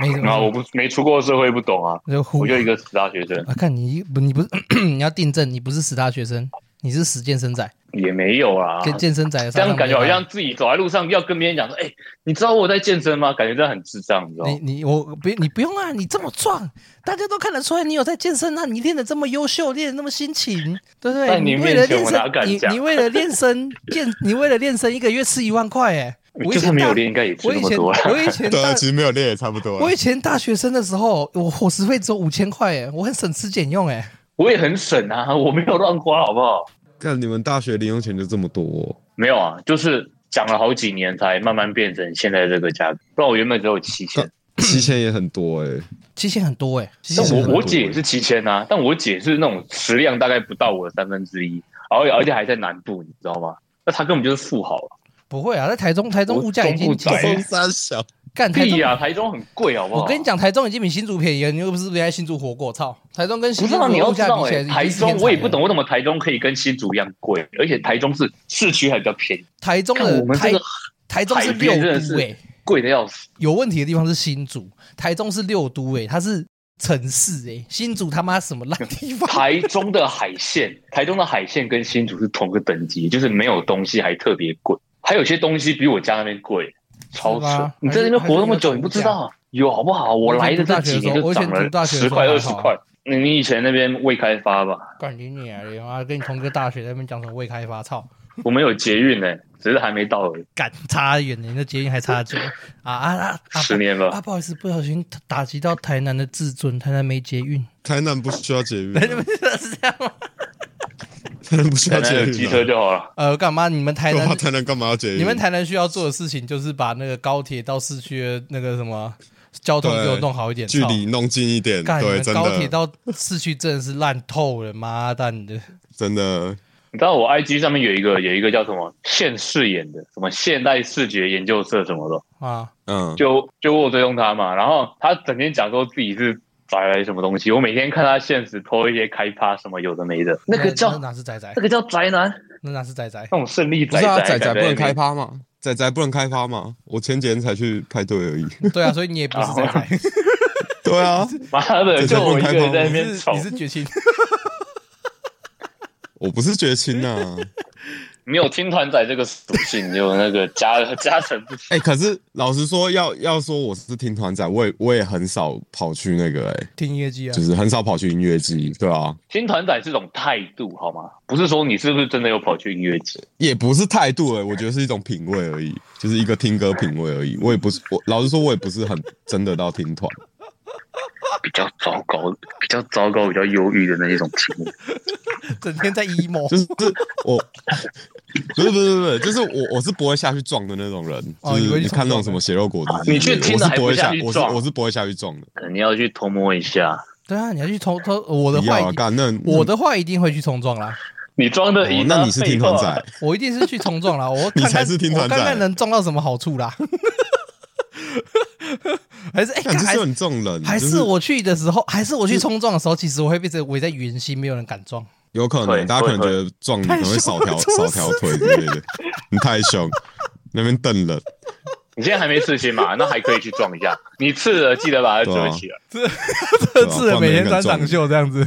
Speaker 2: 没
Speaker 3: 嗯
Speaker 2: 什
Speaker 1: 然后啊
Speaker 2: 么
Speaker 1: 我。不没出过社会，不懂啊，
Speaker 2: 就胡
Speaker 1: 我就一个死大学生，
Speaker 2: 啊！看你不，你不是 你要订正，你不是十大学生，你是实健身仔，
Speaker 1: 也没有啊啦。
Speaker 2: 跟健身仔的
Speaker 1: 这样
Speaker 2: 上上
Speaker 1: 感觉好
Speaker 2: 没有
Speaker 1: 像自己走在路上要跟别人讲说：“哎、你知道我在健身吗？”感觉这样很智障，你知道吗
Speaker 2: 你？你我别你不用啊，你这么壮，大家都看得出来你有在健身啊，你练得这么优秀，练得那么辛勤，对不
Speaker 1: 在
Speaker 2: 对？
Speaker 1: 你
Speaker 2: 为
Speaker 1: 面
Speaker 2: 了
Speaker 1: 前
Speaker 2: 练
Speaker 1: 我哪
Speaker 2: 身，
Speaker 1: 敢
Speaker 2: 你
Speaker 1: 讲
Speaker 2: 你为了练身健，你为了练身一个月吃一万块哎、我以
Speaker 1: 就算
Speaker 2: 前
Speaker 1: 没有
Speaker 2: 大
Speaker 1: 练，应该也吃
Speaker 2: 我
Speaker 1: 那
Speaker 2: 以
Speaker 1: 么
Speaker 2: 前
Speaker 1: 多了。
Speaker 2: 我以前
Speaker 3: 对
Speaker 2: 大
Speaker 3: 啊，其实没有练也差不多啊
Speaker 2: 我
Speaker 3: 了。
Speaker 2: 以前大学生的时候，我伙食费只有五千块哎，我很省吃俭用哎。
Speaker 1: 我也很省啊，我没有乱花，好不好？
Speaker 5: 看你们大学零用钱就这么多哦、
Speaker 1: 没有啊，就是讲了好几年才慢慢变成现在这个价格，不然我原本只有七千。
Speaker 2: 呃
Speaker 5: 七千也很多哎、
Speaker 2: 期限很多哎、期
Speaker 1: 但
Speaker 2: 限很
Speaker 1: 我
Speaker 2: 多
Speaker 1: 我姐也是七千啊，但我姐是那种食量大概不到我的三分之一，而且而且还在南部，你知道吗？那她根本就是富豪啊！
Speaker 2: 不会啊，在台中台中
Speaker 1: 我
Speaker 2: 物价已经
Speaker 1: 中部宅
Speaker 2: 台中
Speaker 3: 三小，
Speaker 2: 干台中
Speaker 1: 屁啊，台中很贵，好不好？
Speaker 2: 我跟你，讲，台中已经比新竹便宜了，你又不是没在新竹活过，操！台中跟
Speaker 1: 不
Speaker 2: 新
Speaker 1: 是
Speaker 2: 竹
Speaker 1: 啊，你
Speaker 2: 的
Speaker 1: 要
Speaker 2: 物
Speaker 1: 知
Speaker 2: 价
Speaker 1: 道、
Speaker 2: 比起
Speaker 1: 欸，
Speaker 2: 来已经
Speaker 1: 台
Speaker 2: 是天
Speaker 1: 中
Speaker 2: 才
Speaker 1: 我也不
Speaker 2: 了
Speaker 1: 懂为什么台中可以跟新竹一样贵，而且台中是市区还比较便宜。
Speaker 2: 台中
Speaker 1: 看
Speaker 2: 的
Speaker 1: 我们
Speaker 2: 台
Speaker 1: 这个
Speaker 2: 台中是六
Speaker 1: 海边真的
Speaker 2: 都
Speaker 1: 是
Speaker 2: 哎、
Speaker 1: 贵的要死，
Speaker 2: 有问题的地方是新竹，台中是六都哎、它是城市哎、新竹他妈什么烂 地方？
Speaker 1: 台中的海线， 台中的海线跟新竹是同个等级，就是没有东西还特别贵，还有些东西比我家那边贵，超
Speaker 2: 是
Speaker 1: 扯
Speaker 2: 吗！
Speaker 1: 你在那边活那么久，
Speaker 2: 还
Speaker 1: 你
Speaker 2: 是还是有涨价
Speaker 1: 不知道啊有好不好？我来的这几年就
Speaker 2: 我以前
Speaker 1: 涨
Speaker 2: 读
Speaker 1: 了
Speaker 2: 大学的
Speaker 1: 十
Speaker 2: 时候
Speaker 1: 块
Speaker 2: 我以
Speaker 1: 二
Speaker 2: 前
Speaker 1: 十
Speaker 2: 读大学的时候还好啊
Speaker 1: 块。你你以前那边未开发吧？
Speaker 2: 干你娘的！妈跟你同个大学，在那边讲什么未开发？操！
Speaker 1: 我们有捷运呢、只是还没到而已，
Speaker 2: 干差远了，你那捷运还差久啊啊啊啊！
Speaker 1: 十年
Speaker 2: 啊，
Speaker 1: 吧。
Speaker 2: 不好意思，不小心打击到台南的自尊，台南没 捷运，
Speaker 3: 台南不需要捷运啊，
Speaker 2: 是这样吗？
Speaker 3: 台南不需
Speaker 1: 台
Speaker 3: 要
Speaker 1: 南
Speaker 3: 捷
Speaker 1: 有
Speaker 3: 运啊，
Speaker 1: 机车就好了。
Speaker 2: 呃，干嘛？你们台
Speaker 3: 对
Speaker 2: 南
Speaker 3: 啊台南干嘛要捷运？
Speaker 2: 你们台南需要做的事情就是把那个高铁到市区的那个什么交通给我弄好一点，
Speaker 3: 距
Speaker 2: 操
Speaker 3: 离弄近一点，
Speaker 2: 干你
Speaker 3: 对，
Speaker 2: 们
Speaker 3: 真
Speaker 2: 高铁
Speaker 3: 的
Speaker 2: 到市区真的是烂透了，妈蛋的！
Speaker 3: 真的，
Speaker 1: 你知道我 IG 上面有一个有一个叫什么现饰演的，什么现代视觉研究社什么的，
Speaker 2: 啊，
Speaker 3: 嗯，
Speaker 1: 就就我有追踪他嘛，然后他整天讲说自己是宅来什么东西，我每天看他现实偷一些开趴什么有的没的，那个叫
Speaker 2: 那哪是仔仔
Speaker 1: 那，个叫宅男，
Speaker 2: 那哪是仔仔？
Speaker 1: 那种胜利
Speaker 3: 不
Speaker 1: 宅
Speaker 3: 是啊，
Speaker 1: 宅
Speaker 3: 仔仔
Speaker 1: 感
Speaker 3: 不
Speaker 1: 觉
Speaker 3: 能开
Speaker 1: 很
Speaker 3: 趴嘛，仔仔不能开趴嘛，我前几天才去派对而已。
Speaker 2: 对啊，所以你也不是 仔
Speaker 1: 哦
Speaker 2: 仔，
Speaker 3: 对啊，
Speaker 1: 妈的，
Speaker 3: 仔仔
Speaker 1: 就我一个人
Speaker 3: 不能开趴
Speaker 1: 在那
Speaker 2: 你
Speaker 1: 边
Speaker 2: 是
Speaker 1: 吵
Speaker 2: 你，是绝情，
Speaker 3: 我不是绝亲啊，
Speaker 1: 没有听团仔这个属性，就那个加 加成不起。
Speaker 3: 哎、可是老实说，要要说我是听团仔，我也我也很少跑去那个、哎，
Speaker 2: 听音乐剧啊
Speaker 3: 就。是很少跑去音乐季，对啊，
Speaker 1: 听团仔是种态度好吗？不是说你是不是真的有跑去音乐节？
Speaker 3: 也不是态度、哎，我觉得是一种品味而已，就是一个听歌品味而已。我也不是，我老实说，我也不是很真的到听团。
Speaker 1: 比较糟糕，比较糟糕，比较忧郁的那一种题目。
Speaker 2: 整天在 emo
Speaker 3: 就是 我，不是不是不是，就是我我是不会下去撞的那种人，
Speaker 2: 哦
Speaker 3: 就
Speaker 2: 以为
Speaker 3: 是
Speaker 2: 你
Speaker 3: 你看那种什么血肉果子之类的，
Speaker 1: 你去听
Speaker 3: 我
Speaker 1: 了
Speaker 3: 是
Speaker 1: 还不下
Speaker 3: 不会下
Speaker 1: 去，
Speaker 3: 我是
Speaker 1: 撞
Speaker 3: 我是不会下去撞的。
Speaker 1: 可能要去偷摸一下，
Speaker 2: 对啊，你要去冲冲我的
Speaker 3: 不
Speaker 2: 话
Speaker 3: 要啊，
Speaker 2: 一定，
Speaker 3: 干那
Speaker 2: 我的话一定会去冲撞啦，
Speaker 1: 你装
Speaker 3: 那
Speaker 1: 的
Speaker 3: 哦
Speaker 1: 赢、啊
Speaker 3: 那你是听团
Speaker 1: 废话
Speaker 3: 仔，
Speaker 2: 我一定是去冲撞啦，我看
Speaker 3: 你
Speaker 2: 看
Speaker 3: 才是听团
Speaker 2: 我看看
Speaker 3: 仔
Speaker 2: 能撞到什么好处啦。 还是哎，
Speaker 3: 看
Speaker 2: 干
Speaker 3: 这
Speaker 2: 还
Speaker 3: 就是很中人，
Speaker 2: 还
Speaker 3: 嗯就是
Speaker 2: 我去的时候，还是我去冲撞的时候，其实我会被这围在圆心，没有人敢撞。
Speaker 3: 有可
Speaker 1: 会
Speaker 3: 能大家可能
Speaker 1: 会
Speaker 3: 觉得撞你可
Speaker 2: 太
Speaker 3: 能会
Speaker 2: 凶
Speaker 3: 少
Speaker 2: 了
Speaker 3: 条
Speaker 2: 怎
Speaker 3: 少
Speaker 2: 么
Speaker 3: 条
Speaker 2: 是
Speaker 3: 腿之类的，你太凶，那边瞪人，
Speaker 1: 你现在还没刺青 嘛？那还可以去撞一下。你刺了，记得把它折起来。
Speaker 3: 对啊
Speaker 2: 次了
Speaker 3: 不然没
Speaker 2: 每
Speaker 3: 人
Speaker 2: 天穿
Speaker 3: 敢撞
Speaker 2: 长
Speaker 3: 你
Speaker 2: 袖这样子，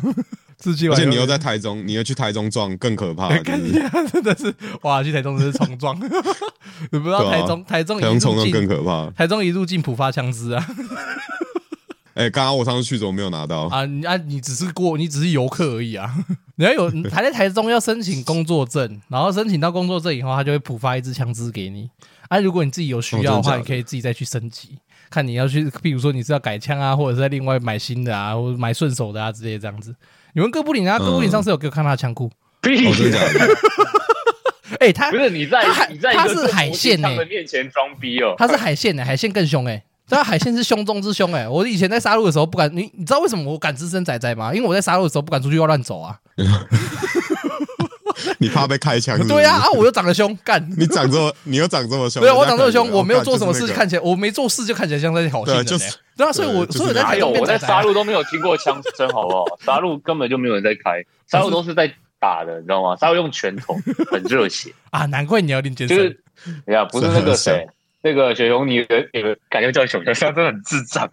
Speaker 2: 自己
Speaker 3: 而
Speaker 2: 玩。
Speaker 3: 且你又在台中，你又去台中撞更可怕， 就
Speaker 2: 看
Speaker 3: 是
Speaker 2: 起来真的是哇，去台中真是冲撞， 你不知道
Speaker 3: 对啊
Speaker 2: 台中台中
Speaker 3: 台
Speaker 2: 一
Speaker 3: 中冲
Speaker 2: 入
Speaker 3: 撞更
Speaker 2: 境
Speaker 3: 可怕。
Speaker 2: 台中一入境浦发枪支啊
Speaker 3: 哎，刚刚我上次去怎么没有拿到？
Speaker 2: 啊你啊你只是过你只是游客而已啊， 你要有还在台中要申请工作证，然后申请到工作证以后，他就会浦发一支枪支给你。啊，如果你自己有需要的
Speaker 3: 哦真的假
Speaker 2: 话，
Speaker 3: 的
Speaker 2: 你可以自己再去升级，看你要去，比如说你是要改枪啊，或者是在另外买新的啊，或者买顺手的啊之类的这样子。你问哥布林啊，哥布
Speaker 1: 嗯
Speaker 2: 林上次有给我看他的枪库，
Speaker 1: 屁
Speaker 3: 哦，真的
Speaker 1: 呀！
Speaker 3: 假的？
Speaker 2: 哎、他
Speaker 1: 不是你在
Speaker 2: 他
Speaker 1: 你在一
Speaker 2: 他
Speaker 1: 个
Speaker 2: 是海鲜
Speaker 1: 他
Speaker 2: 欸
Speaker 1: 的面前装逼哦。
Speaker 2: 他是海线的、海线更凶哎、欸。知道海线是凶中之凶哎、我以前在杀戮的时候不敢，你你知道为什么我敢只身仔仔吗？因为我在杀戮的时候不敢出去要乱走啊。
Speaker 3: 你怕被开枪？
Speaker 2: 对啊，啊，我又长得凶， 干。
Speaker 3: 你长这么，你又长这么凶，
Speaker 2: 对啊，
Speaker 3: 人家
Speaker 2: 我长这么
Speaker 3: 可能
Speaker 2: 凶，
Speaker 3: 以为
Speaker 2: 我没有
Speaker 3: 哦
Speaker 2: 做
Speaker 3: 干
Speaker 2: 什么
Speaker 3: 就是
Speaker 2: 事，
Speaker 3: 那个
Speaker 2: 看起来我没做事就看起来像在挑衅人、欸。
Speaker 3: 对就是
Speaker 2: 对啊，所以我
Speaker 3: 对就
Speaker 2: 所以我
Speaker 3: 是
Speaker 2: 在
Speaker 1: 哪
Speaker 2: 台
Speaker 1: 有？
Speaker 2: 中变
Speaker 1: 哎我在
Speaker 2: 仔仔
Speaker 1: 杀
Speaker 2: 啊、
Speaker 1: 戮都没有听过枪声，好不好？杀戮根本就没有人在开，杀戮都是在打的，你知道吗？杀戮用拳头，很热 血，
Speaker 2: 啊，难怪你要练健
Speaker 1: 就
Speaker 2: 身。
Speaker 1: 是哎呀，不是那个
Speaker 3: 是很
Speaker 1: 谁。那个雪熊，你的你的感觉叫熊熊，真的很智 障。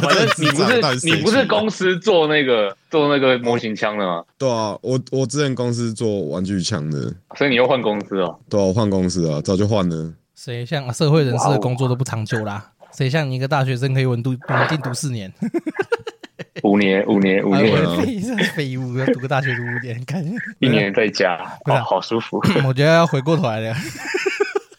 Speaker 1: 反正你不
Speaker 3: 智障到底
Speaker 1: 是
Speaker 3: 谁
Speaker 1: 你不是
Speaker 3: 去的
Speaker 1: 公司做那个做那个模型枪的吗？
Speaker 3: 对啊，我我之前公司做玩具枪的，
Speaker 1: 所以你又换公司哦。
Speaker 3: 对啊，我换公司啊，早就换了。
Speaker 2: 谁像啊社会人士的工作都不长久啦？谁像你一个大学生可以稳度稳定读四年？
Speaker 1: 五 年，五年，五
Speaker 2: 啊
Speaker 1: 年，
Speaker 3: 啊
Speaker 2: 我废这废物，要读个大学读五年，干。
Speaker 1: 一年在家，
Speaker 2: 不是
Speaker 1: 哦，
Speaker 2: 啊
Speaker 1: 好舒服。
Speaker 2: 我觉得要回过头来了。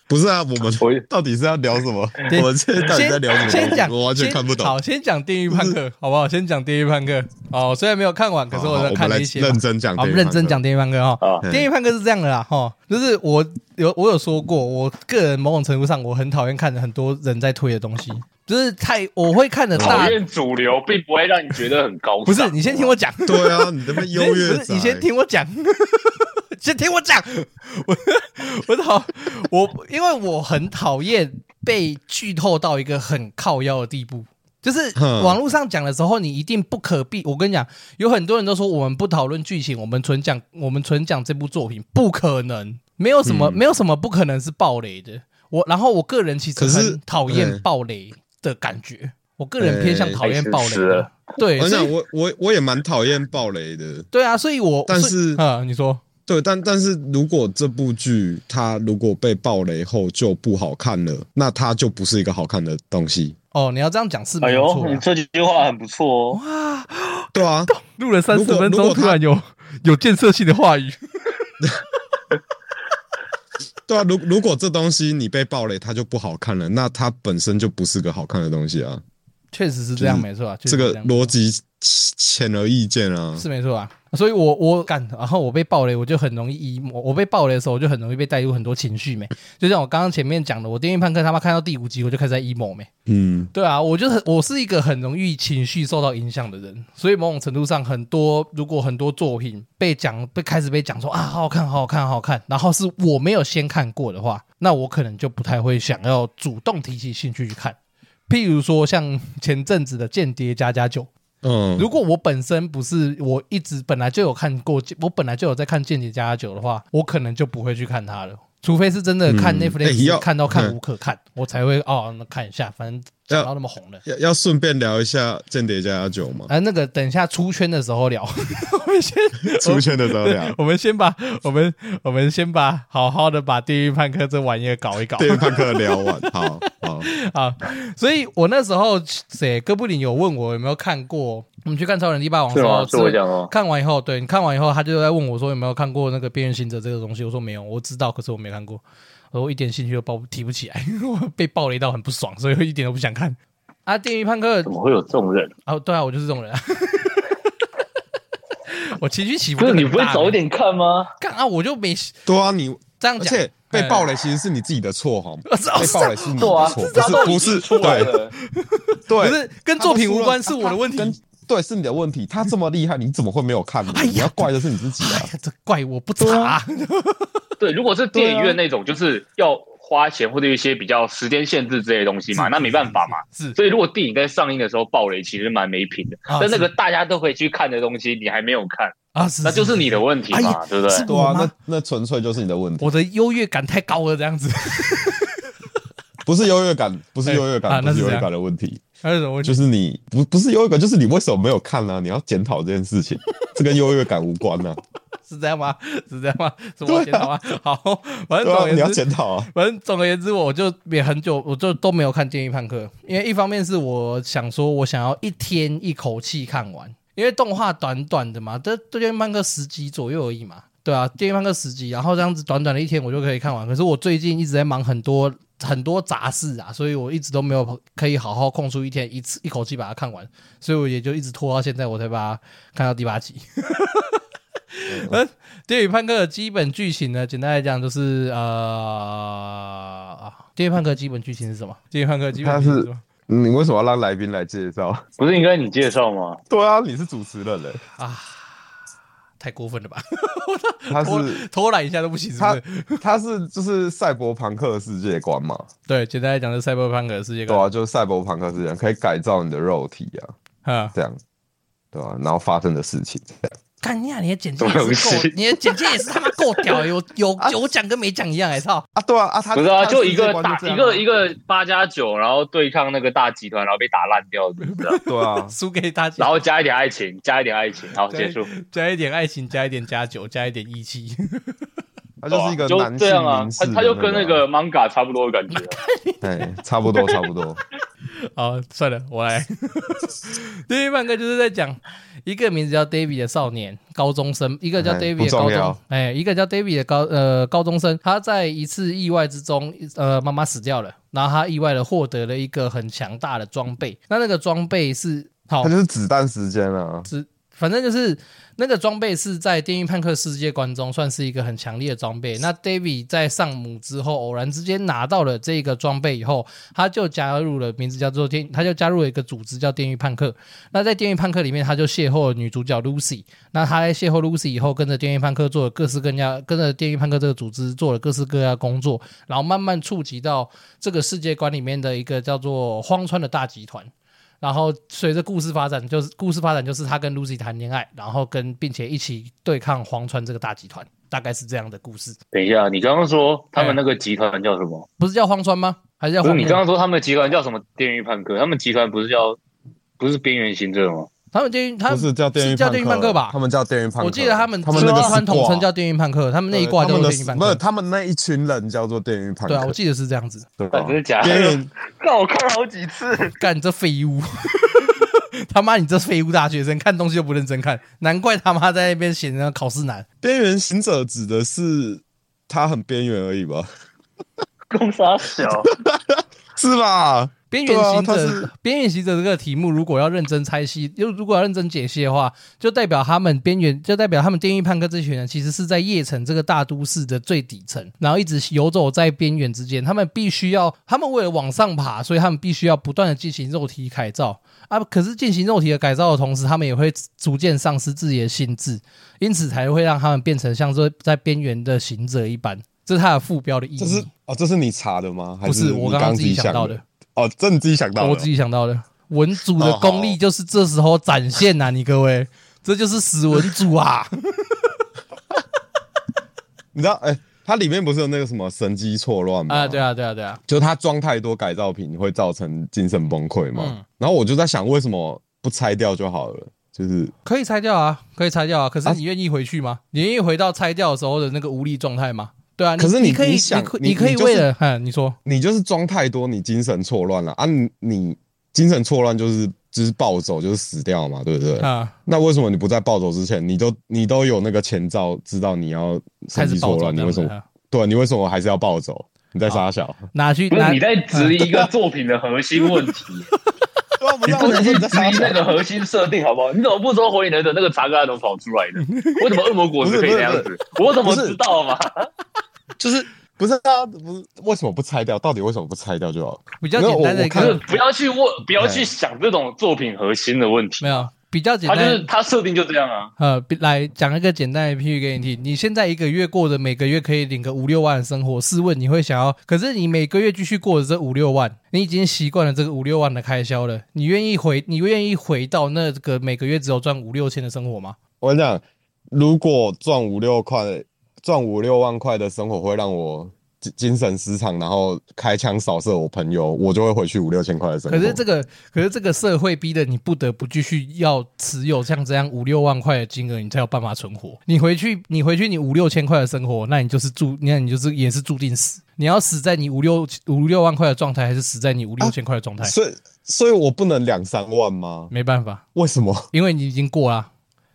Speaker 3: 不是啊，我们
Speaker 1: 我
Speaker 3: 到底是要聊什么？
Speaker 2: 先
Speaker 3: 我们现 在到底
Speaker 2: 先
Speaker 3: 在聊什么？
Speaker 2: 先讲，
Speaker 3: 我完全
Speaker 2: 先
Speaker 3: 看不懂。
Speaker 2: 好，先讲《地狱判客》，好不好？先讲《地狱判客》。哦，虽然没有看完，可是
Speaker 3: 好好
Speaker 2: 在
Speaker 3: 我
Speaker 2: 看
Speaker 3: 们
Speaker 2: 了
Speaker 3: 来
Speaker 2: 一些嘛。
Speaker 3: 认真讲，。
Speaker 2: 好，认真讲《地狱判客》哈。
Speaker 1: 啊
Speaker 2: 《地狱判客》是这样的啦，哈，就是我有我有说过，我个人某种程度上我很讨厌看很多人在推的东西，就是太我会看的
Speaker 1: 讨
Speaker 2: 大，
Speaker 1: 厌主流，并不会让你觉得很高尚。啊
Speaker 2: 不是你先听我讲，
Speaker 3: 对啊，你 这么优越
Speaker 2: 不是
Speaker 3: 仔，
Speaker 2: 你先听我讲， 先听我讲。 我我讨我，因为我很讨厌被剧透到一个很靠腰的地步。就是
Speaker 3: 哼
Speaker 2: 网络上讲的时候，你一定不可避。我跟你讲，有很多人都说我们不讨论剧情，我们纯讲，我们纯讲这部作品，不可能，没有什么，
Speaker 3: 嗯
Speaker 2: 没有什么不可能是暴雷的。我，然后我个人其实
Speaker 3: 可是
Speaker 2: 很讨厌
Speaker 3: 哎
Speaker 2: 暴雷的感觉，我个人偏向
Speaker 3: 哎
Speaker 2: 讨厌
Speaker 1: 太
Speaker 2: 暴雷
Speaker 1: 自私
Speaker 2: 的
Speaker 1: 了。
Speaker 2: 对，
Speaker 3: 我
Speaker 2: 所
Speaker 3: 想
Speaker 2: 以
Speaker 3: 我我我也蛮讨厌暴雷的，
Speaker 2: 对啊，所以我
Speaker 3: 但
Speaker 2: 所以
Speaker 3: 是
Speaker 2: 啊，你说
Speaker 3: 对，但但是如果这部剧它如果被暴雷后就不好看了，那它就不是一个好看的东西。
Speaker 2: 哦，你要这样讲是
Speaker 4: 哎
Speaker 2: 没有
Speaker 4: 呦
Speaker 2: 错，
Speaker 4: 你
Speaker 2: 啊。
Speaker 4: 这句话很不错哦。
Speaker 3: 对啊，
Speaker 2: 录了三
Speaker 3: 如果如果他
Speaker 2: 有 有建设性的话语，
Speaker 3: 对啊，如如果这东西你被暴雷，它就不好看了，那它本身就不是个好看的东西啊。
Speaker 2: 确实是这样，没错啊，确实
Speaker 3: 这
Speaker 2: 是
Speaker 3: 个
Speaker 2: 样
Speaker 3: 逻辑显而易见啊。
Speaker 2: 是没错啊。所以我我干，然后我被暴雷，我就很容易 emo。我被暴雷的时候，我就很容易被带入很多情绪没。就像我刚刚前面讲的，我《电影判客》他妈看到第五集，我就开始在 emo 没。
Speaker 3: 嗯，
Speaker 2: 对啊，我就很我是一个很容易情绪受到影响的人，所以某种程度上，很多如果很多作品被讲被开始被讲说啊好好看好好看好好看，然后是我没有先看过的话，那我可能就不太会想要主动提起兴趣去看。譬如说像前阵子的《间谍加加九》，
Speaker 3: 嗯，
Speaker 2: 如果我本身不是我一直本来就有看过，我本来就有在看《间谍加加九》的话，我可能就不会去看它了。除非是真的看
Speaker 3: 嗯
Speaker 2: Netflix、
Speaker 3: 哎要
Speaker 2: 看到看
Speaker 3: 嗯
Speaker 2: 无可看，我才会哦那看一下，反正讲到那么红了。
Speaker 3: 要要顺便聊一下《间谍加加酒》嘛，
Speaker 2: 啊，那个等一下出圈的时候聊，我们先。
Speaker 3: 出圈的时候聊
Speaker 2: 我们先把我们我们先把好好的把《地狱判客》这玩意儿搞一搞
Speaker 3: 电影判客聊完，好好，
Speaker 2: 啊！所以我那时候谁哥布林有问我有没有看过，我们去看《超人第八王》的
Speaker 1: 是
Speaker 2: 时
Speaker 1: 吗
Speaker 2: 候，？
Speaker 1: 是我讲哦。
Speaker 2: 看完以后，对你看完以后，他就在问我说有没有看过那个《边缘行者》这个东西，我说没有，我知道，可是我没看过，我说我一点兴趣都抱提不起来，我被暴雷到很不爽，所以我一点都不想看。啊，《地狱判客》
Speaker 1: 怎么会有这种人？
Speaker 2: 哦，对啊，我就是这种人、啊。我情绪起伏
Speaker 1: 不
Speaker 2: 就是很大
Speaker 1: 你不会早一点看吗？
Speaker 2: 干啊？我就没
Speaker 3: 对啊，你
Speaker 2: 这样
Speaker 3: 而
Speaker 2: 讲，
Speaker 3: 且
Speaker 2: 哎
Speaker 3: 被爆雷其实是你自己的错哈，
Speaker 2: 呃是哦
Speaker 3: 被爆雷是你的
Speaker 1: 对啊
Speaker 3: 错，，
Speaker 2: 哦
Speaker 1: 他都
Speaker 3: 不是
Speaker 1: 已经
Speaker 3: 不是
Speaker 1: 出来
Speaker 3: 对
Speaker 1: 了，
Speaker 2: 不
Speaker 3: 对，
Speaker 2: 是跟作品无关，是我的问题
Speaker 3: 跟对，是你的问题。他这么厉害，你怎么会没有看呢？
Speaker 2: 哎呀哎
Speaker 3: 你要怪的是你自己啊！
Speaker 2: 这怪我不查，
Speaker 1: 对，
Speaker 2: 啊
Speaker 1: 如果是电影院那种，就是要花钱或者一些比较时间限制之类的东西嘛，那没办法嘛。
Speaker 2: 是
Speaker 1: 所以如果电影在上映的时候爆雷，其实蛮没品的。
Speaker 2: 啊
Speaker 1: 但那个
Speaker 2: 是
Speaker 1: 大家都可以去看的东西，你还没有看，
Speaker 2: 啊，是
Speaker 1: 那就是你的问题
Speaker 2: 哎
Speaker 1: 嘛，
Speaker 2: 呀
Speaker 1: 对不对？
Speaker 2: 是
Speaker 3: 对啊
Speaker 2: 我，吗
Speaker 3: 那那纯粹就是你的问题，
Speaker 2: 我的优越感太高了，这样子。
Speaker 3: 不是优越感，不是优越
Speaker 2: 哎啊
Speaker 3: 感，不
Speaker 2: 那是
Speaker 3: 是
Speaker 2: 怎
Speaker 3: 优越
Speaker 2: 样
Speaker 3: 感的问题，
Speaker 2: 还有什么？
Speaker 3: 就是你不不是优越感，就是你为什么没有看啊呢、你要检讨这件事情，这跟优越感无关啊呢、
Speaker 2: 是这样吗？是这样吗？是
Speaker 1: 啊
Speaker 2: 我检讨吗？好，反正
Speaker 3: 对
Speaker 2: 总
Speaker 3: 啊，
Speaker 2: 而
Speaker 3: 你要
Speaker 2: 言之，
Speaker 3: 检讨 啊。
Speaker 2: 反正总而言之，我就也很久，我就都没有看《建议判客》，因为一方面是我想说，我想要一天一口气看完，因为动画短短的嘛，这《这建议判客》十集左右而已嘛，对啊，《建议判客》十集，然后这样子短短的一天我就可以看完。可是我最近一直在忙很多很多杂事啊，所以我一直都没有可以好好空出一天一次一口气把它看完，所以我也就一直拖到现在，我才把它看到第八集。 《电影判客》的基本剧情呢，简单来讲就是呃，啊《电影判客》的基本剧情是什么？《电影判客》的基本剧情是什么
Speaker 3: 嗯你为什么要让来宾来介绍？
Speaker 1: 不是应该你介绍吗？
Speaker 3: 对啊，你是主持人嘞、
Speaker 2: 啊，太过分了吧？
Speaker 3: 他
Speaker 2: 偷
Speaker 3: 是
Speaker 2: 偷懒一下都不行，是不
Speaker 3: 他
Speaker 2: 是？
Speaker 3: 他是就是赛博朋克世界观嘛，
Speaker 2: 对，简单来讲是赛博朋克的世界
Speaker 3: 对
Speaker 2: 观。
Speaker 3: 啊，就是赛博朋克世界观可以改造你的肉体啊，
Speaker 2: 啊，
Speaker 3: 这样，对啊，然后发生的事情，
Speaker 2: 干你啊！你的简介
Speaker 1: 什么
Speaker 2: 也
Speaker 1: 东
Speaker 2: 是够
Speaker 1: 西，啊
Speaker 2: 你的简介也是他妈够屌欸，有 有有讲跟没讲一样哎、操！
Speaker 3: 啊，对啊，啊，他
Speaker 1: 不是啊，
Speaker 3: 他
Speaker 1: 就
Speaker 3: 世
Speaker 1: 一
Speaker 3: 界
Speaker 1: 个
Speaker 3: 观
Speaker 1: 打
Speaker 3: 这样
Speaker 1: 一
Speaker 3: 啊
Speaker 1: 个一个八加九，然后对抗那个大集团，然后被打烂掉， 你知道
Speaker 3: 对啊，
Speaker 2: 输给大家
Speaker 1: 然，后加一点爱情，加一点爱情，好结束。
Speaker 2: 加一点爱情，加一点加酒，加一点义气。
Speaker 3: 他就是一个
Speaker 1: 对啊就
Speaker 3: 男性
Speaker 1: 这样啊
Speaker 3: 凝，
Speaker 1: 他
Speaker 3: 视的
Speaker 1: 他就跟那个
Speaker 3: 个
Speaker 1: manga 差不多的感觉啊。
Speaker 3: 啊，哎，差不多差不 多，
Speaker 2: 好，算了，我来。 第一半个就是在讲一个名字叫 David 的少年高中生，一个叫
Speaker 3: 哎
Speaker 2: David
Speaker 3: 不
Speaker 2: 的
Speaker 3: 重
Speaker 2: 高中
Speaker 3: 要，
Speaker 2: 哎，一个叫 David 的高呃高中生，他在一次意外之中，呃，妈妈死掉了，然后他意外的获得了一个很强大的装备，那那个装备是好
Speaker 3: 他就是子弹时间啊，
Speaker 2: 是，反正就是那个装备是在《电锯判客》世界观中算是一个很强烈的装备。那 David 在上母之后，偶然之间拿到了这个装备以后，他就加入了名字叫做电，他就加入了一个组织叫《电锯判客》。那在《电锯判客》里面，他就邂逅了女主角 Lucy。那他在邂逅 Lucy 以后，跟着《电锯判客》做了各式各样，跟着《电锯判客》这个组织做了各式各样的工作，然后慢慢触及到这个世界观里面的一个叫做荒川的大集团。然后随着故事发展，就是故事发展就是他跟 Lucy 谈恋爱，然后跟并且一起对抗荒川这个大集团，大概是这样的故事。
Speaker 1: 等一下，你刚刚说他
Speaker 3: 哎
Speaker 1: 们那个集团叫什么？
Speaker 2: 不是叫荒川吗？还是叫
Speaker 1: 不是
Speaker 2: 荒
Speaker 1: 你
Speaker 2: 原？
Speaker 1: 刚刚说他们的集团叫什么？电狱判客，他们集团不是叫不是边缘行者吗？
Speaker 2: 他们电他
Speaker 3: 不是叫电
Speaker 2: 是
Speaker 3: 锯
Speaker 2: 叫电锯判客吧
Speaker 3: 他们叫电锯判客，
Speaker 2: 我记得他们
Speaker 3: 他们那
Speaker 2: 集
Speaker 3: 个
Speaker 2: 团
Speaker 3: 是
Speaker 2: 统称
Speaker 3: 挂
Speaker 2: 叫电锯判客，他们那一挂
Speaker 3: 对
Speaker 2: 叫做
Speaker 3: 他们
Speaker 2: 电锯
Speaker 3: 的
Speaker 2: 判
Speaker 3: 不是
Speaker 2: 客。
Speaker 3: 他们那一群人叫做电锯判
Speaker 2: 对啊，我
Speaker 3: 客，
Speaker 2: 记得是这样子。
Speaker 3: 对吧
Speaker 1: 啊真的假
Speaker 3: 电
Speaker 1: 的？
Speaker 3: 锯
Speaker 1: 那我看了好几次。
Speaker 2: 干你这废物！ 他妈，你这废物大学生，看东西又不认真看，难怪他妈在那边写那个考试难。
Speaker 3: 边缘行者指的是他很边缘而已吧？
Speaker 4: 公杀小，
Speaker 3: 是吧？
Speaker 2: 边缘行
Speaker 3: 对啊
Speaker 2: 者
Speaker 3: 他是，
Speaker 2: 边缘行者这个题目，如果要认真拆析，又如果要认真解析的话，就代表他们边缘，就代表他们电狱判客这群人，其实是在叶城这个大都市的最底层，然后一直游走在边缘之间。他们必须要，他们为了往上爬，所以他们必须要不断的进行肉体改造啊。可是进行肉体的改造的同时，他们也会逐渐丧失自己的心智，因此才会让他们变成像说在边缘的行者一般。这是他的副标的意义，
Speaker 3: 这是哦，这是你查的吗？还
Speaker 2: 嗯不是
Speaker 3: 你
Speaker 2: 我
Speaker 3: 刚
Speaker 2: 刚刚
Speaker 3: 自
Speaker 2: 自己想
Speaker 3: 想
Speaker 2: 到的
Speaker 3: 的？哦，这你自己想到的。哦
Speaker 2: 我自己想到的。文组的功力就是这时候展现呐、你各位， 这就是死文组啊！
Speaker 3: 你知道，哎、它里面不是有那个什么神机错乱吗？
Speaker 2: 啊，对
Speaker 3: 啊，
Speaker 2: 啊，对啊，对啊，
Speaker 3: 就是它装太多改造品会造成精神崩溃嘛。
Speaker 2: 嗯
Speaker 3: 然后我就在想，为什么不拆掉就好了？就是
Speaker 2: 可以拆掉啊，可以拆掉啊。可是
Speaker 3: 啊
Speaker 2: 你愿意回去吗？你愿意回到拆掉的时候的那个无力状态吗？对啊，
Speaker 3: 可是
Speaker 2: 你
Speaker 3: 你
Speaker 2: 可以
Speaker 3: 你，想
Speaker 2: 可
Speaker 3: 你
Speaker 2: 你可以
Speaker 3: 你就是
Speaker 2: 为了，嗯，你说
Speaker 3: 你就是装太多，你精神错乱了啊你！你精神错乱就是就是暴走，就是死掉嘛，对不对？
Speaker 2: 啊，
Speaker 3: 那为什么你不在暴走之前，你都你都有那个前兆，知道你要
Speaker 2: 开
Speaker 3: 神
Speaker 2: 始
Speaker 3: 机
Speaker 2: 暴
Speaker 3: 错
Speaker 2: 走
Speaker 3: 乱？
Speaker 2: 这
Speaker 3: 你
Speaker 2: 样
Speaker 3: 为
Speaker 2: 子
Speaker 3: 什么？
Speaker 2: 啊，
Speaker 3: 对你为什么还是要暴走？你在傻笑？
Speaker 2: 拿去
Speaker 1: 不
Speaker 2: 拿
Speaker 1: 是你在质疑一个作品的核心问题，
Speaker 3: 对啊，我不
Speaker 1: 你
Speaker 3: 知道
Speaker 1: 不能去
Speaker 3: 你
Speaker 1: 质
Speaker 3: 在傻
Speaker 1: 疑
Speaker 3: 笑
Speaker 1: 那。个核心设定，好不好？你怎么不知道火影忍者那个查克拉怎么跑出来的？为什么恶魔果实可以那样
Speaker 3: 不
Speaker 1: 子？我怎么
Speaker 3: 不是
Speaker 1: 知道嘛？
Speaker 3: 就是不是啊？不是为什么不拆掉？到底为什么不拆掉就好？
Speaker 2: 比较简单的一
Speaker 3: 没有
Speaker 1: 就是
Speaker 2: 个
Speaker 3: 我我看
Speaker 1: 不要去问，不要去想这种作品核心的问题
Speaker 2: 没。有。比较简
Speaker 1: 他
Speaker 2: 单，
Speaker 1: 就是他设定就这样啊，
Speaker 2: 呃，比来讲一个简单的譬喻给你听。你现在一个月过的每个月可以领个五六万的生活，试问你会想要？可是你每个月继续过着这五六万，你已经习惯了这个五六万的开销了。你愿意回？你愿意回到那个每个月只有赚五六千的生活吗？
Speaker 3: 我跟你讲，如果赚五六块，赚五六万块的生活会让我精精神失常，然后开枪扫射我朋友，我就会回去五六千块的生活。
Speaker 2: 可是这个，可是这个社会逼得你不得不继续要持有像这样五六万块的金额，你才有办法存活。你回去，你回去，你五六千块的生活，那你就是注，那你就是也是注定死。你要死在你五六五六万块的状态，还是死在你五六千块的
Speaker 1: 哎
Speaker 2: 状态？
Speaker 3: 所以所以我不能两三万吗？
Speaker 2: 没办法，
Speaker 3: 为什么？
Speaker 2: 因为你已经过啦。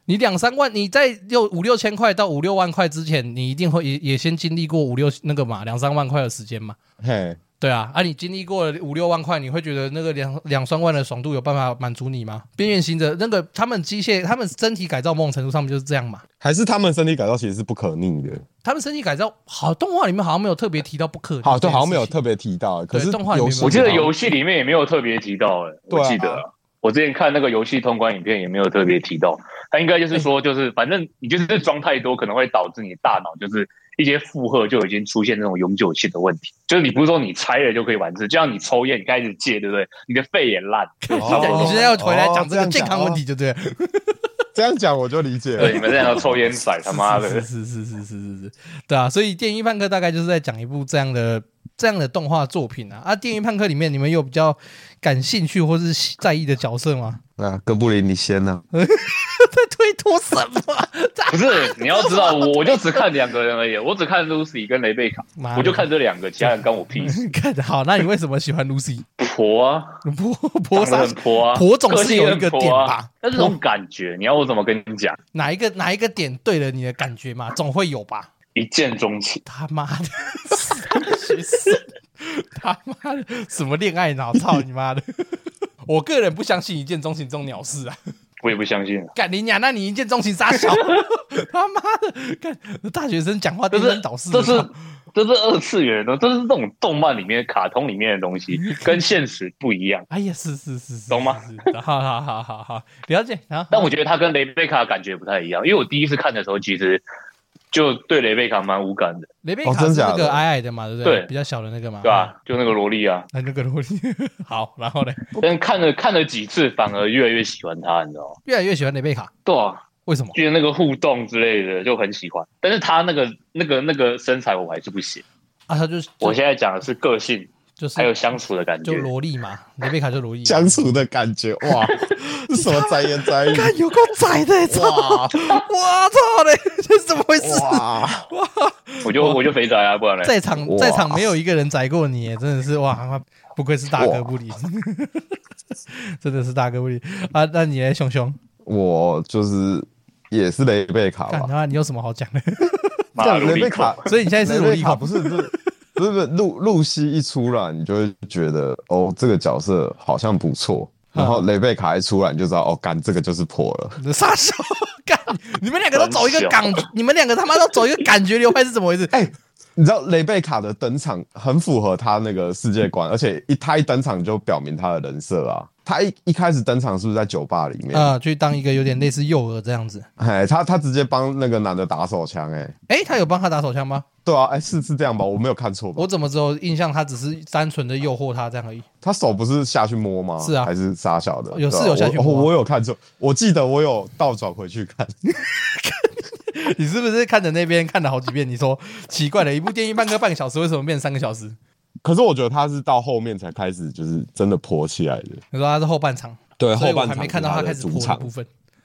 Speaker 2: 你两三万，你在六五六千块到五六万块之前，你一定会也也先经历过五六那个嘛两三万块的时间嘛。
Speaker 3: 嘿，
Speaker 2: 对啊，啊，你经历过了五六万块，你会觉得那个两两三万的爽度有办法满足你吗？边缘型的那个他们机械，他们身体改造某种程度上面就是这样嘛。
Speaker 3: 还是他们身体改造其实是不可逆的。
Speaker 2: 他们身体改造好，动画里面好像没有特别提到不可逆这件事情，
Speaker 3: 好，就好像没有特别提到，可是
Speaker 2: 动画里
Speaker 3: 游
Speaker 2: 面
Speaker 3: 戏
Speaker 2: 没有
Speaker 1: 我记得游戏里面也没有特别提到、欸，
Speaker 3: 对
Speaker 1: 我
Speaker 3: 啊
Speaker 1: 记得啊、我之前看那个游戏通关影片也没有特别提到，他应该就是说，就是反正你就是装太多，可能会导致你大脑就是一些负荷就已经出现那种永久性的问题，就是你不是说你拆了就可以完事，就像你抽烟，你开始戒，对不对？你的肺也烂，
Speaker 3: 哦
Speaker 2: 你现在要回来讲这
Speaker 3: 哦
Speaker 2: 个
Speaker 3: 样
Speaker 2: 健康问题，就对了。
Speaker 3: 这样讲我就理解
Speaker 1: 对，
Speaker 3: 了。
Speaker 1: 你们在那抽烟仔，他妈的
Speaker 2: 是，是是是是是是是，对啊，所以《电音判客》大概就是在讲一部这样的这样的动画作品啊。啊，《电音判客》里面你们有比较感兴趣或是在意的角色吗？
Speaker 5: 那哥布林，你先啊呢？
Speaker 2: 在推脱什么？
Speaker 1: 不是，你要知道，我我就只看两个人而已，我只看 Lucy 跟雷贝卡，
Speaker 2: 妈的
Speaker 1: 我就看这两个，其他人关我 屁事。
Speaker 2: 看好，那你为什么喜欢 Lucy？
Speaker 1: 婆啊，长
Speaker 2: 婆婆
Speaker 1: 得
Speaker 2: 啥
Speaker 1: 很？婆啊，
Speaker 2: 婆总是有一个点吧
Speaker 1: 但是这种感觉，你要我怎么跟你讲？
Speaker 2: 哪一个哪一个点对了你的感觉嘛？总会有吧？
Speaker 1: 一见钟情，
Speaker 2: 他妈的， 傻学生，他妈的什么恋爱脑？操你妈的！我个人不相信一见钟情这种鸟事啊！
Speaker 1: 我也不相 信啊。
Speaker 2: 干你娘！那你一见钟情傻 小，他妈的，干大学生讲话
Speaker 1: 这
Speaker 2: 颠
Speaker 1: 是
Speaker 2: 三倒四
Speaker 1: 这
Speaker 2: 的，
Speaker 1: 是 这是二次元的，这是这种动漫里面、卡通里面的东西，跟现实不一样。
Speaker 2: 哎呀，是是是是，
Speaker 1: 懂吗
Speaker 2: 是？是好好好好好，了解。好，
Speaker 1: 但我觉得他跟雷贝卡感觉不太一样，因为我第一次看的时候，其实就对雷贝卡蛮无感的，
Speaker 2: 雷贝
Speaker 3: 哦
Speaker 2: 卡
Speaker 3: 真
Speaker 2: 是
Speaker 3: 假
Speaker 2: 那个
Speaker 3: 的
Speaker 2: 矮矮的嘛，对不对？
Speaker 1: 对
Speaker 2: 比较小的那个嘛，
Speaker 1: 对吧？就那个萝莉啊，
Speaker 2: 啊？那个萝莉，好，然后呢，
Speaker 1: 但看了看了几次，反而越来越喜欢他，你知道吗？
Speaker 2: 越来越喜欢雷贝卡，
Speaker 1: 对啊，
Speaker 2: 为什么？
Speaker 1: 觉得那个互动之类的就很喜欢。但是他那个那个那个身材我还是不行。
Speaker 2: 啊，他就是
Speaker 1: 我现在讲的是个性，
Speaker 2: 就是
Speaker 1: 还有相处的感
Speaker 2: 就
Speaker 1: 觉。
Speaker 2: 萝莉嘛，雷贝卡就萝莉，
Speaker 3: 相处的感觉， 哇，是什么宅言宅语？
Speaker 2: 看有够窄的，操！
Speaker 3: 哇
Speaker 2: 我操嘞，这是怎么回事？
Speaker 3: 哇，
Speaker 1: 我就我就肥宅啊，不然嘞。
Speaker 2: 在场在场没有一个人宰过你耶，真的是哇，不愧是大哥不理， 真的是大哥不理啊！那你嘞，熊熊，
Speaker 3: 我就是也是雷贝卡
Speaker 2: 看
Speaker 3: 吧
Speaker 2: 他？妈你有什么好讲的？
Speaker 1: 马
Speaker 3: 干
Speaker 1: 尔鲁
Speaker 3: 雷
Speaker 1: 里
Speaker 3: 贝卡，
Speaker 2: 所以你现在是萝莉
Speaker 3: 雷贝卡
Speaker 2: 控
Speaker 3: 不是不是。不是不是，露露西一出来，你就会觉得哦，这个角色好像不错。然
Speaker 2: 啊
Speaker 3: 后雷贝卡一出来，你就知道哦，干这个就是婆了。
Speaker 2: 你的杀手， 干！你们两个都走一个感，你们两个他妈都走一个感觉流派是怎么回事？
Speaker 3: 哎、你知道雷贝卡的登场很符合他那个世界观，而且一他一登场就表明他的人设啊。他一一开始登场是不是在酒吧里面？
Speaker 2: 啊，去当一个有点类似诱饵这样子。
Speaker 3: 哎、他他直接帮那个男的打手枪，哎，
Speaker 2: 哎，他有帮他打手枪吗？
Speaker 3: 对啊，哎、是是这样吧？我没有看错吧
Speaker 2: 我？怎么只有印象他只是单纯的诱惑他这样而已？
Speaker 3: 他手不是下去摸吗？
Speaker 2: 是啊
Speaker 3: 还是傻小的？
Speaker 2: 有
Speaker 3: 对吧
Speaker 2: 是有下去摸啊
Speaker 3: 我我我有看错，我记得我有倒转回去看。
Speaker 2: 你是不是看着那边看了好几遍？你说奇怪了，一部电影半个半个小时，为什么变三个小时？
Speaker 3: 可是我觉得他是到后面才开始，就是真的泼起来的。
Speaker 2: 你说他是后半场，
Speaker 3: 对，
Speaker 2: 所
Speaker 3: 后
Speaker 2: 以我
Speaker 3: 半
Speaker 2: 还
Speaker 3: 场
Speaker 2: 没
Speaker 3: 是
Speaker 2: 看到
Speaker 3: 他
Speaker 2: 开
Speaker 3: 的
Speaker 2: 始
Speaker 3: 主
Speaker 2: 破的
Speaker 3: 场
Speaker 2: 部，分。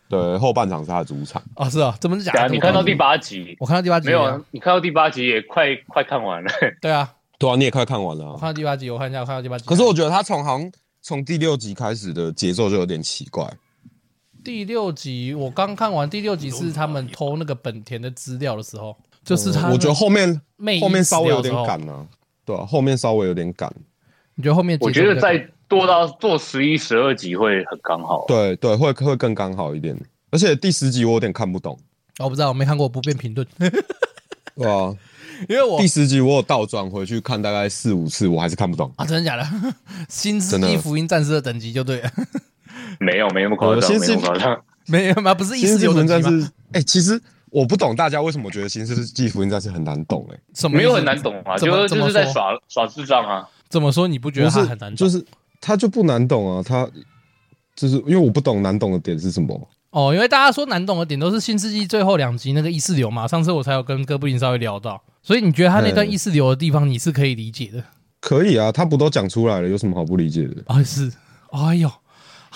Speaker 3: 对，后半场是他的主场。
Speaker 2: 哦，是啊，怎么是假
Speaker 1: 对啊，
Speaker 2: 的？
Speaker 1: 你看到第八集
Speaker 2: 我看到第八集
Speaker 1: 没
Speaker 2: 了
Speaker 1: 有啊？你看到第八集也快快看完了，
Speaker 2: 对啊，
Speaker 3: 对啊，你也快看完了、
Speaker 2: 我看到第八集，我看一下，我看到第八集。
Speaker 3: 可是我觉得他从好像从第六集开始的节奏就有点奇怪。
Speaker 2: 第六集我刚看完，第六集是他们偷那个本田的资料的时候，就是他。
Speaker 3: 我觉得后面
Speaker 2: 魅影
Speaker 3: 后面稍微有点
Speaker 2: 死掉的时候
Speaker 3: 赶了、对啊，后面稍微有点赶。
Speaker 2: 你觉得后面节奏
Speaker 1: 我觉得
Speaker 2: 比较
Speaker 1: 再多到做十一、十二集会很刚好。
Speaker 3: 对对，会会更刚好一点。而且第十集我有点看不懂，
Speaker 2: 哦我不知道，我没看过，我不便评论，
Speaker 3: 对啊，
Speaker 2: 因为我
Speaker 3: 第十集我有倒转回去看大概四五次，我还是看不懂。
Speaker 2: 啊，真的假的？新世
Speaker 3: 真
Speaker 2: 纪
Speaker 3: 的
Speaker 2: 福音战士的等级就对了。
Speaker 1: 没有，没那么夸
Speaker 3: 我
Speaker 1: 张，没
Speaker 3: 先
Speaker 1: 那
Speaker 3: 是
Speaker 1: 么夸张。
Speaker 2: 没有吗？不是意
Speaker 3: 新
Speaker 2: 思
Speaker 3: 世
Speaker 2: 有
Speaker 3: 纪福
Speaker 2: 等级
Speaker 3: 音战
Speaker 2: 吗？
Speaker 3: 士，哎、其实我不懂大家为什么觉得新世纪福音战士很难懂、哎，
Speaker 2: 什么
Speaker 1: 没有
Speaker 2: 意思
Speaker 1: 很难懂啊，
Speaker 2: 怎
Speaker 1: 就
Speaker 2: 么
Speaker 1: 是
Speaker 2: 怎
Speaker 1: 就
Speaker 2: 么
Speaker 1: 是在
Speaker 2: 说？
Speaker 1: 耍耍智障啊。
Speaker 2: 怎么说？你不觉得
Speaker 3: 不
Speaker 2: 他
Speaker 3: 是
Speaker 2: 很难懂？
Speaker 3: 就是他就不难懂啊，他就是因为我不懂难懂的点是什么。
Speaker 2: 哦，因为大家说难懂的点都是新世纪最后两集那个意识流嘛，上次我才有跟哥布林稍微聊到，所以你觉得他那段
Speaker 3: 嗯
Speaker 2: 意识流的地方你是可以理解的
Speaker 3: 可以啊，他不都讲出来了，有什么好不理解的？
Speaker 2: 啊、是，哎呦，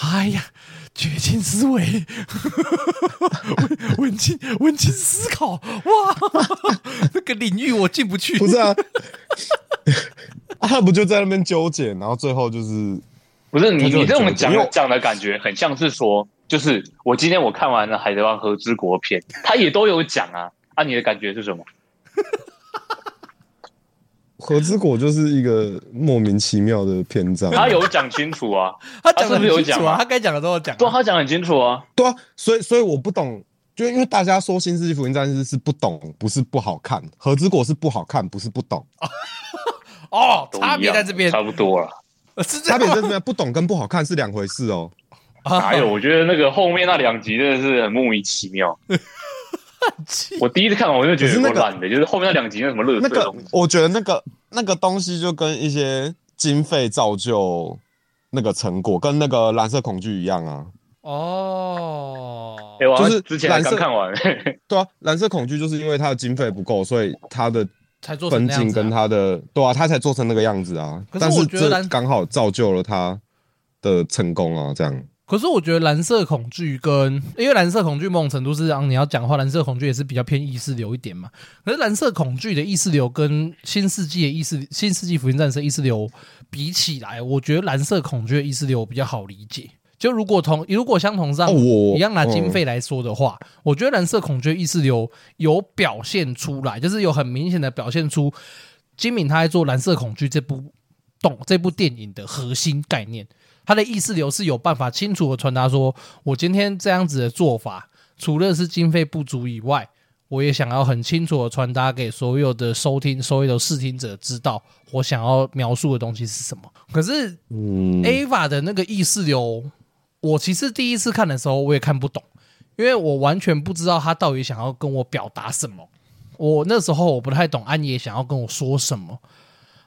Speaker 2: 哎呀，绝情思维， 文文青文青思考，哇， 那个领域我进不去，
Speaker 3: 不是啊， 啊他不就在那边纠结，然后最后就是
Speaker 1: 不是你
Speaker 3: 他就很
Speaker 1: 你这种
Speaker 3: 纠结
Speaker 1: 讲
Speaker 3: 因为我
Speaker 1: 讲的感觉，很像是说，就是我今天我看完了《海贼王和之国》篇，他也都有讲啊。啊，你的感觉是什么？
Speaker 3: 和之果就是一个莫名其妙的篇章。
Speaker 1: 他有讲清楚啊，
Speaker 2: 他讲
Speaker 1: 他
Speaker 2: 的
Speaker 1: 是不是有
Speaker 2: 很清楚
Speaker 1: 讲
Speaker 2: 啊，
Speaker 1: 啊
Speaker 2: 他该讲的都有讲啊、
Speaker 1: 对啊，他讲得很清楚啊。
Speaker 3: 对啊，所以所以我不懂，就因为大家说《新世纪福音战士》是不懂，不是不好看，《和之果》是不好看，不是不懂，
Speaker 2: 哦，
Speaker 1: 都一样
Speaker 2: 差别在这边，
Speaker 1: 差不多啊了。
Speaker 2: 是这
Speaker 3: 差
Speaker 2: 样
Speaker 3: 别
Speaker 2: 吗
Speaker 3: 在这边，不懂跟不好看是两回事哦。
Speaker 1: 哪有？我觉得那个后面那两集真的是很莫名其妙。我第一次看完我就觉得有够烂的，就是后面那两集那什么乐
Speaker 3: 那
Speaker 1: 色
Speaker 3: 个
Speaker 1: 东西，
Speaker 3: 我觉得那个那个东西就跟一些经费造就那个成果，跟那个蓝色恐惧一样啊。
Speaker 2: 哦
Speaker 1: 哎，，我好像
Speaker 3: 就是
Speaker 1: 之前还刚
Speaker 3: 蓝色
Speaker 1: 看完，
Speaker 3: 对啊，蓝色恐惧就是因为它的经费不够，所以它的
Speaker 2: 才做成
Speaker 3: 分
Speaker 2: 那样
Speaker 3: 镜
Speaker 2: 子啊、
Speaker 3: 跟它的对啊，它才做成那个样子啊。
Speaker 2: 可是
Speaker 3: 但
Speaker 2: 我
Speaker 3: 是
Speaker 2: 觉得蓝
Speaker 3: 这刚好造就了它的成功啊，这样。
Speaker 2: 可是我觉得蓝色恐惧跟，因为蓝色恐惧某种程度是让你要讲话，蓝色恐惧也是比较偏意识流一点嘛。可是蓝色恐惧的意识流跟新世纪的意识、新世纪福音战士的意识流比起来，我觉得蓝色恐惧的意识流比较好理解。就如果同如果相同上、
Speaker 3: 哦我
Speaker 2: 一样拿经费来说的话，我觉得蓝色恐惧的意识流有表现出来，就是有很明显的表现出金敏他在做《蓝色恐惧》这部动这部电影的核心概念，他的意识流是有办法清楚的传达说，我今天这样子的做法，除了是经费不足以外，我也想要很清楚的传达给所有的收听、所有的视听者知道，我想要描述的东西是什么。可是
Speaker 3: 嗯
Speaker 2: A 法的那个意识流，我其实第一次看的时候我也看不懂，因为我完全不知道他到底想要跟我表达什么。我那时候我不太懂安野想要跟我说什么。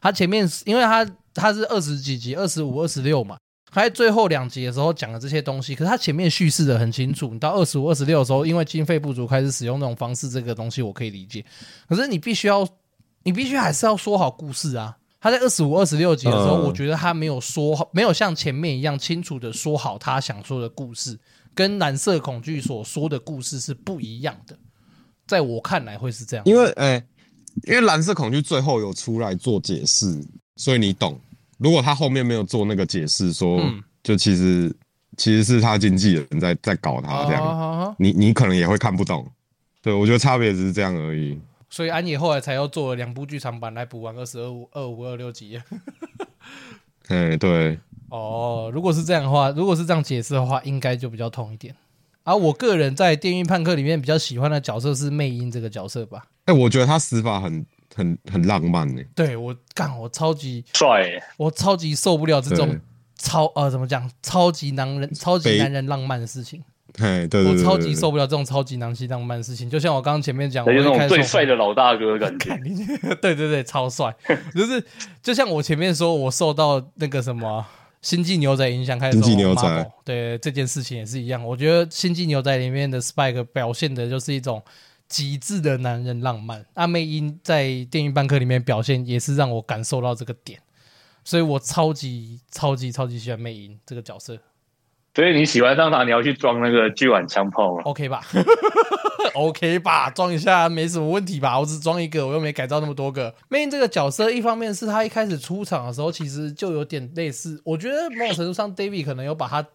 Speaker 2: 他前面因为他他是二十几集，二十五、二十六嘛，他在最后两集的时候讲了这些东西，可是他前面叙事的很清楚。你到二十五、二十六的时候，因为经费不足开始使用那种方式，这个东西我可以理解。可是你必须要，你必须还是要说好故事啊。他在二十五、二十六集的时候，
Speaker 3: 嗯
Speaker 2: 我觉得他没有说好，没有像前面一样清楚的说好他想说的故事，跟蓝色恐惧所说的故事是不一样的。在我看来会是这样，
Speaker 3: 因为哎、因为蓝色恐惧最后有出来做解释，所以你懂。如果他后面没有做那个解释，说、
Speaker 2: 嗯
Speaker 3: 就其实其实是他经纪人在在搞他这样，
Speaker 2: 啊，
Speaker 3: 你你可能也会看不懂。对，我觉得差别只是这样而已。
Speaker 2: 所以安野后来才要做了两部剧场版来补完二十二五、二五、二六集。
Speaker 3: 哎、对，
Speaker 2: 哦，如果是这样的话，如果是这样解释的话，应该就比较痛一点。而、我个人在《电锯判客》里面比较喜欢的角色是魅音这个角色吧。
Speaker 3: 哎、我觉得他死法很很很浪漫呢、
Speaker 2: 对我干，我超级
Speaker 1: 帅欸。
Speaker 2: 我超级受不了这种
Speaker 3: 对
Speaker 2: 超呃怎么讲，超级男人、超级
Speaker 3: 非
Speaker 2: 男人浪漫的事情。
Speaker 3: 哎，对对
Speaker 2: 我
Speaker 3: 对，
Speaker 2: 超级
Speaker 3: 对
Speaker 2: 受。不了这种超级男性浪漫的事情。就像我刚刚前面讲，我
Speaker 1: 那就那种
Speaker 2: 一开始
Speaker 1: 最
Speaker 2: 说
Speaker 1: 帅的老大哥的感觉。
Speaker 2: 对对对，超帅，就是就像我前面说，我受到那个什么。星际牛仔影响开始，
Speaker 3: 星际牛仔
Speaker 2: 对这件事情也是一样。我觉得《星际牛仔》里面的 Spike 表现的就是一种极致的男人浪漫。阿妹因在《电影半课》里面表现也是让我感受到这个点，所以我超级超级超级喜欢魅音这个角色。
Speaker 1: 所以你喜欢上他，你要去装那个巨碗枪炮吗？
Speaker 2: OK 吧 ？OK 吧，装一下没什么问题吧？我只装一个，我又没改造那么多个。Main 这个角色，一方面是他一开始出场的时候，其实就有点类似，我觉得某种程度上，David 可能有把他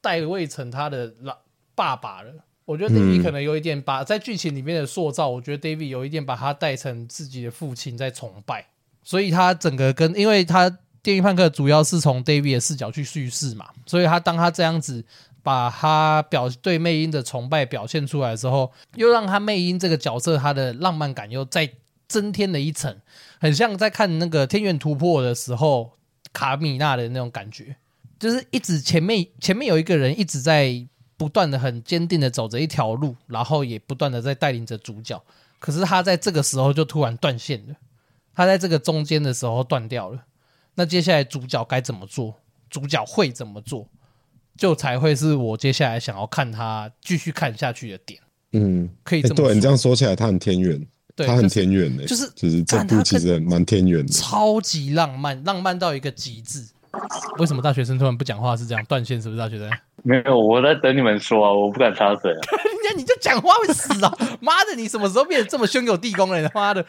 Speaker 2: 代位成他的老爸爸了。我觉得 David
Speaker 3: 嗯
Speaker 2: 可能有一点把、在剧情里面的塑造，我觉得 David 有一点把他带成自己的父亲在崇拜，所以他整个跟因为他《电锯判客》主要是从 David 的视角去叙事嘛，所以他当他这样子把他表对魅音的崇拜表现出来之后，又让他魅音这个角色他的浪漫感又再增添了一层，很像在看那个《天元突破》的时候卡米娜的那种感觉。就是一直前面前面有一个人一直在不断的很坚定的走着一条路，然后也不断的在带领着主角，可是他在这个时候就突然断线了，他在这个中间的时候断掉了，那接下来主角该怎么做？主角会怎么做？就才会是我接下来想要看他继续看下去的点，
Speaker 3: 嗯，
Speaker 2: 可以
Speaker 3: 欸
Speaker 2: 这么说。
Speaker 3: 对你这样说起来，他很天远，
Speaker 2: 对
Speaker 3: 他很
Speaker 2: 就是
Speaker 3: 天远的，
Speaker 2: 就是
Speaker 3: 就是这
Speaker 2: 干他
Speaker 3: 部
Speaker 2: 跟
Speaker 3: 其实很蛮天远的。
Speaker 2: 超级浪漫，浪漫到一个极致。为什么大学生突然不讲话是这样断线？是不是大学生？
Speaker 1: 没有，我在等你们说啊，我不敢插嘴啊。
Speaker 2: 人家你就讲话会死啊！ 妈的，你什么时候变得这么汹涌地宫了？你他妈的，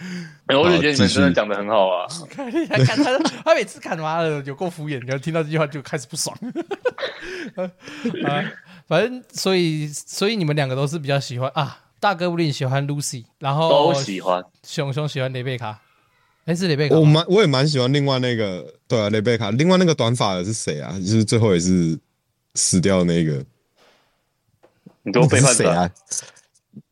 Speaker 1: 没哎有我就觉得你
Speaker 3: 好继
Speaker 1: 们
Speaker 3: 续
Speaker 1: 真的讲的很好啊。
Speaker 2: 看你还看他，他每次看妈的有够敷衍，然后听到这句话就开始不爽。 啊，反正所以所以你们两个都是比较喜欢啊，大哥布林喜欢 Lucy，然后
Speaker 1: 都喜哦欢。
Speaker 2: 熊熊喜欢雷贝卡，哎是雷贝卡吗
Speaker 3: 我蛮我也蛮喜欢另外那个对啊，雷贝卡，另外那个短发的是谁啊？就是最后也是死掉的那个，
Speaker 1: 你都背
Speaker 3: 那个
Speaker 1: 叛
Speaker 3: 是谁
Speaker 1: 者，
Speaker 3: 啊？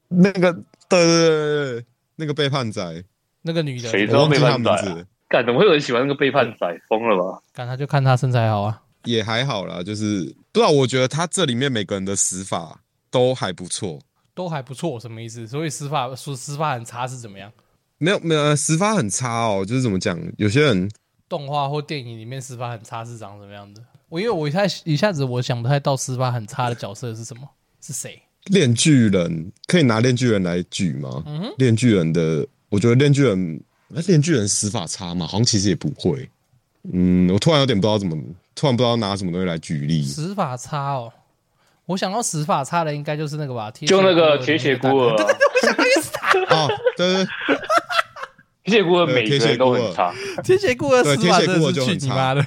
Speaker 3: 那个对对对对对，那个背叛仔，
Speaker 2: 那个女的，
Speaker 1: 谁知
Speaker 3: 我
Speaker 1: 道
Speaker 3: 忘
Speaker 1: 背
Speaker 3: 记他
Speaker 1: 叛仔
Speaker 3: 名
Speaker 1: 啊
Speaker 3: 字了，
Speaker 1: 干怎么会有人喜欢那个背叛仔？疯了吧？
Speaker 2: 干他就看他身材好啊。
Speaker 3: 也还好啦，就是不知道，我觉得他这里面每个人的死法都还不错。
Speaker 2: 都还不错，什么意思？所以死法说死法很差是怎么样？
Speaker 3: 没有没有，呃死法很差哦，就是怎么讲，有些人
Speaker 2: 动画或电影里面死法很差是长什么样的？我因为我一下一下子我想不太到死法很差的角色是什么，是谁？
Speaker 3: 炼巨人可以拿炼巨人来举吗？
Speaker 2: 嗯哼
Speaker 3: 炼巨人的，我觉得炼巨人，那炼巨人死法差嘛，好像其实也不会。嗯，我突然有点不知道怎么，突然不知道拿什么东西来举例。
Speaker 2: 死法差哦，我想到死法差的应该就是那个吧，铁血
Speaker 1: 就那
Speaker 2: 孤儿
Speaker 1: 个
Speaker 2: 的
Speaker 1: 铁血
Speaker 2: 大
Speaker 1: 孤
Speaker 2: 哥
Speaker 1: 儿啊，
Speaker 3: 哦，对对
Speaker 1: 铁血孤儿每个人都很差，
Speaker 2: 铁血孤儿
Speaker 3: 对
Speaker 2: 死法
Speaker 3: 铁血
Speaker 2: 真
Speaker 3: 孤
Speaker 2: 的
Speaker 3: 儿
Speaker 2: 是
Speaker 3: 就
Speaker 2: 去
Speaker 3: 很
Speaker 2: 你
Speaker 3: 差
Speaker 2: 妈的！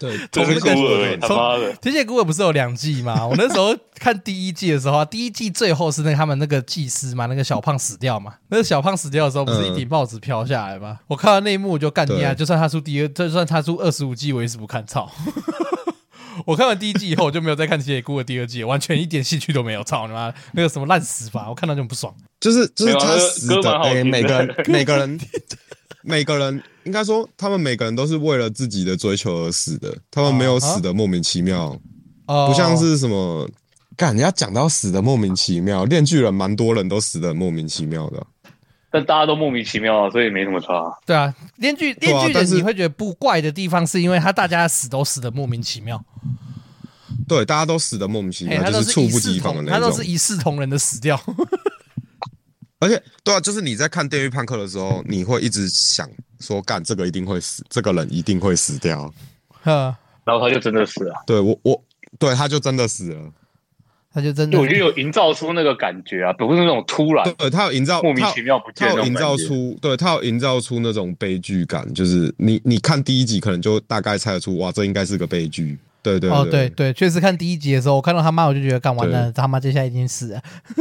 Speaker 3: 对，
Speaker 1: 真是孤儿，他妈的！
Speaker 2: 铁血孤儿不是有两季吗？ 我那时候看第一季的时候啊，第一季最后是那个他们那个技师嘛，那个小胖死掉嘛。那个小胖死掉的时候，不是一顶帽子飘下来吗？我看到那一幕我就干
Speaker 3: 嗯对
Speaker 2: 掉，就算他出第二，就算他出二十五季，我也是不看。操！ 我看完第一季以后，我就没有再看《铁血孤儿》第二季，完全一点兴趣都没有。操你妈！那个什么烂死法，我看到就很不爽。
Speaker 3: 就是就
Speaker 1: 没有
Speaker 3: 是
Speaker 1: 啊
Speaker 3: 他
Speaker 1: 那个
Speaker 3: 死
Speaker 1: 歌
Speaker 3: 的，
Speaker 1: 蛮好
Speaker 3: 哎、
Speaker 1: 听的
Speaker 3: 每个 人每个人每个人应该说，他们每个人都是为了自己的追求而死的，他们没有死的莫名其妙，
Speaker 2: 哦
Speaker 3: 不像是什么。干，你要讲到死的莫名其妙，炼巨人蛮多人都死的莫名其妙的。
Speaker 1: 但大家都莫名其妙啊，所以没什么差。
Speaker 2: 对啊，链锯
Speaker 3: 对
Speaker 2: 链
Speaker 3: 啊
Speaker 2: 锯
Speaker 3: 但
Speaker 2: 人
Speaker 3: 是
Speaker 2: 你会觉得不怪的地方，是因为他大家死都死的莫名其妙。
Speaker 3: 对，大家都死的莫名其
Speaker 2: 哎、
Speaker 3: 妙，
Speaker 2: 他
Speaker 3: 啊就
Speaker 2: 都
Speaker 3: 猝
Speaker 2: 一
Speaker 3: 不
Speaker 2: 视
Speaker 3: 及防的
Speaker 2: 同，
Speaker 3: 那
Speaker 2: 他
Speaker 3: 种。
Speaker 2: 都是一视同仁的死掉。
Speaker 3: 而且，对啊，就是你在看《地狱判客》的时候，你会一直想说，干这个一定会死，这个人一定会死掉。
Speaker 2: 呵，
Speaker 1: 然后他就真的死了，
Speaker 3: 对我，我对他就真的死了。
Speaker 2: 他就真 的
Speaker 1: 就我觉得有营造出那个感觉啊，不是那种突然
Speaker 3: 对，他有营造
Speaker 1: 莫名其妙不
Speaker 3: 他
Speaker 1: 见那
Speaker 3: 有他有
Speaker 1: 种
Speaker 3: 营造出，对他有营造出那种悲剧感，就是你你看第一集可能就大概猜得出，哇，这应该是个悲剧。对对
Speaker 2: 哦，对对，确实看第一集的时候，我看到他妈，我就觉得干完了，
Speaker 3: 对
Speaker 2: 他妈接下来已经死了。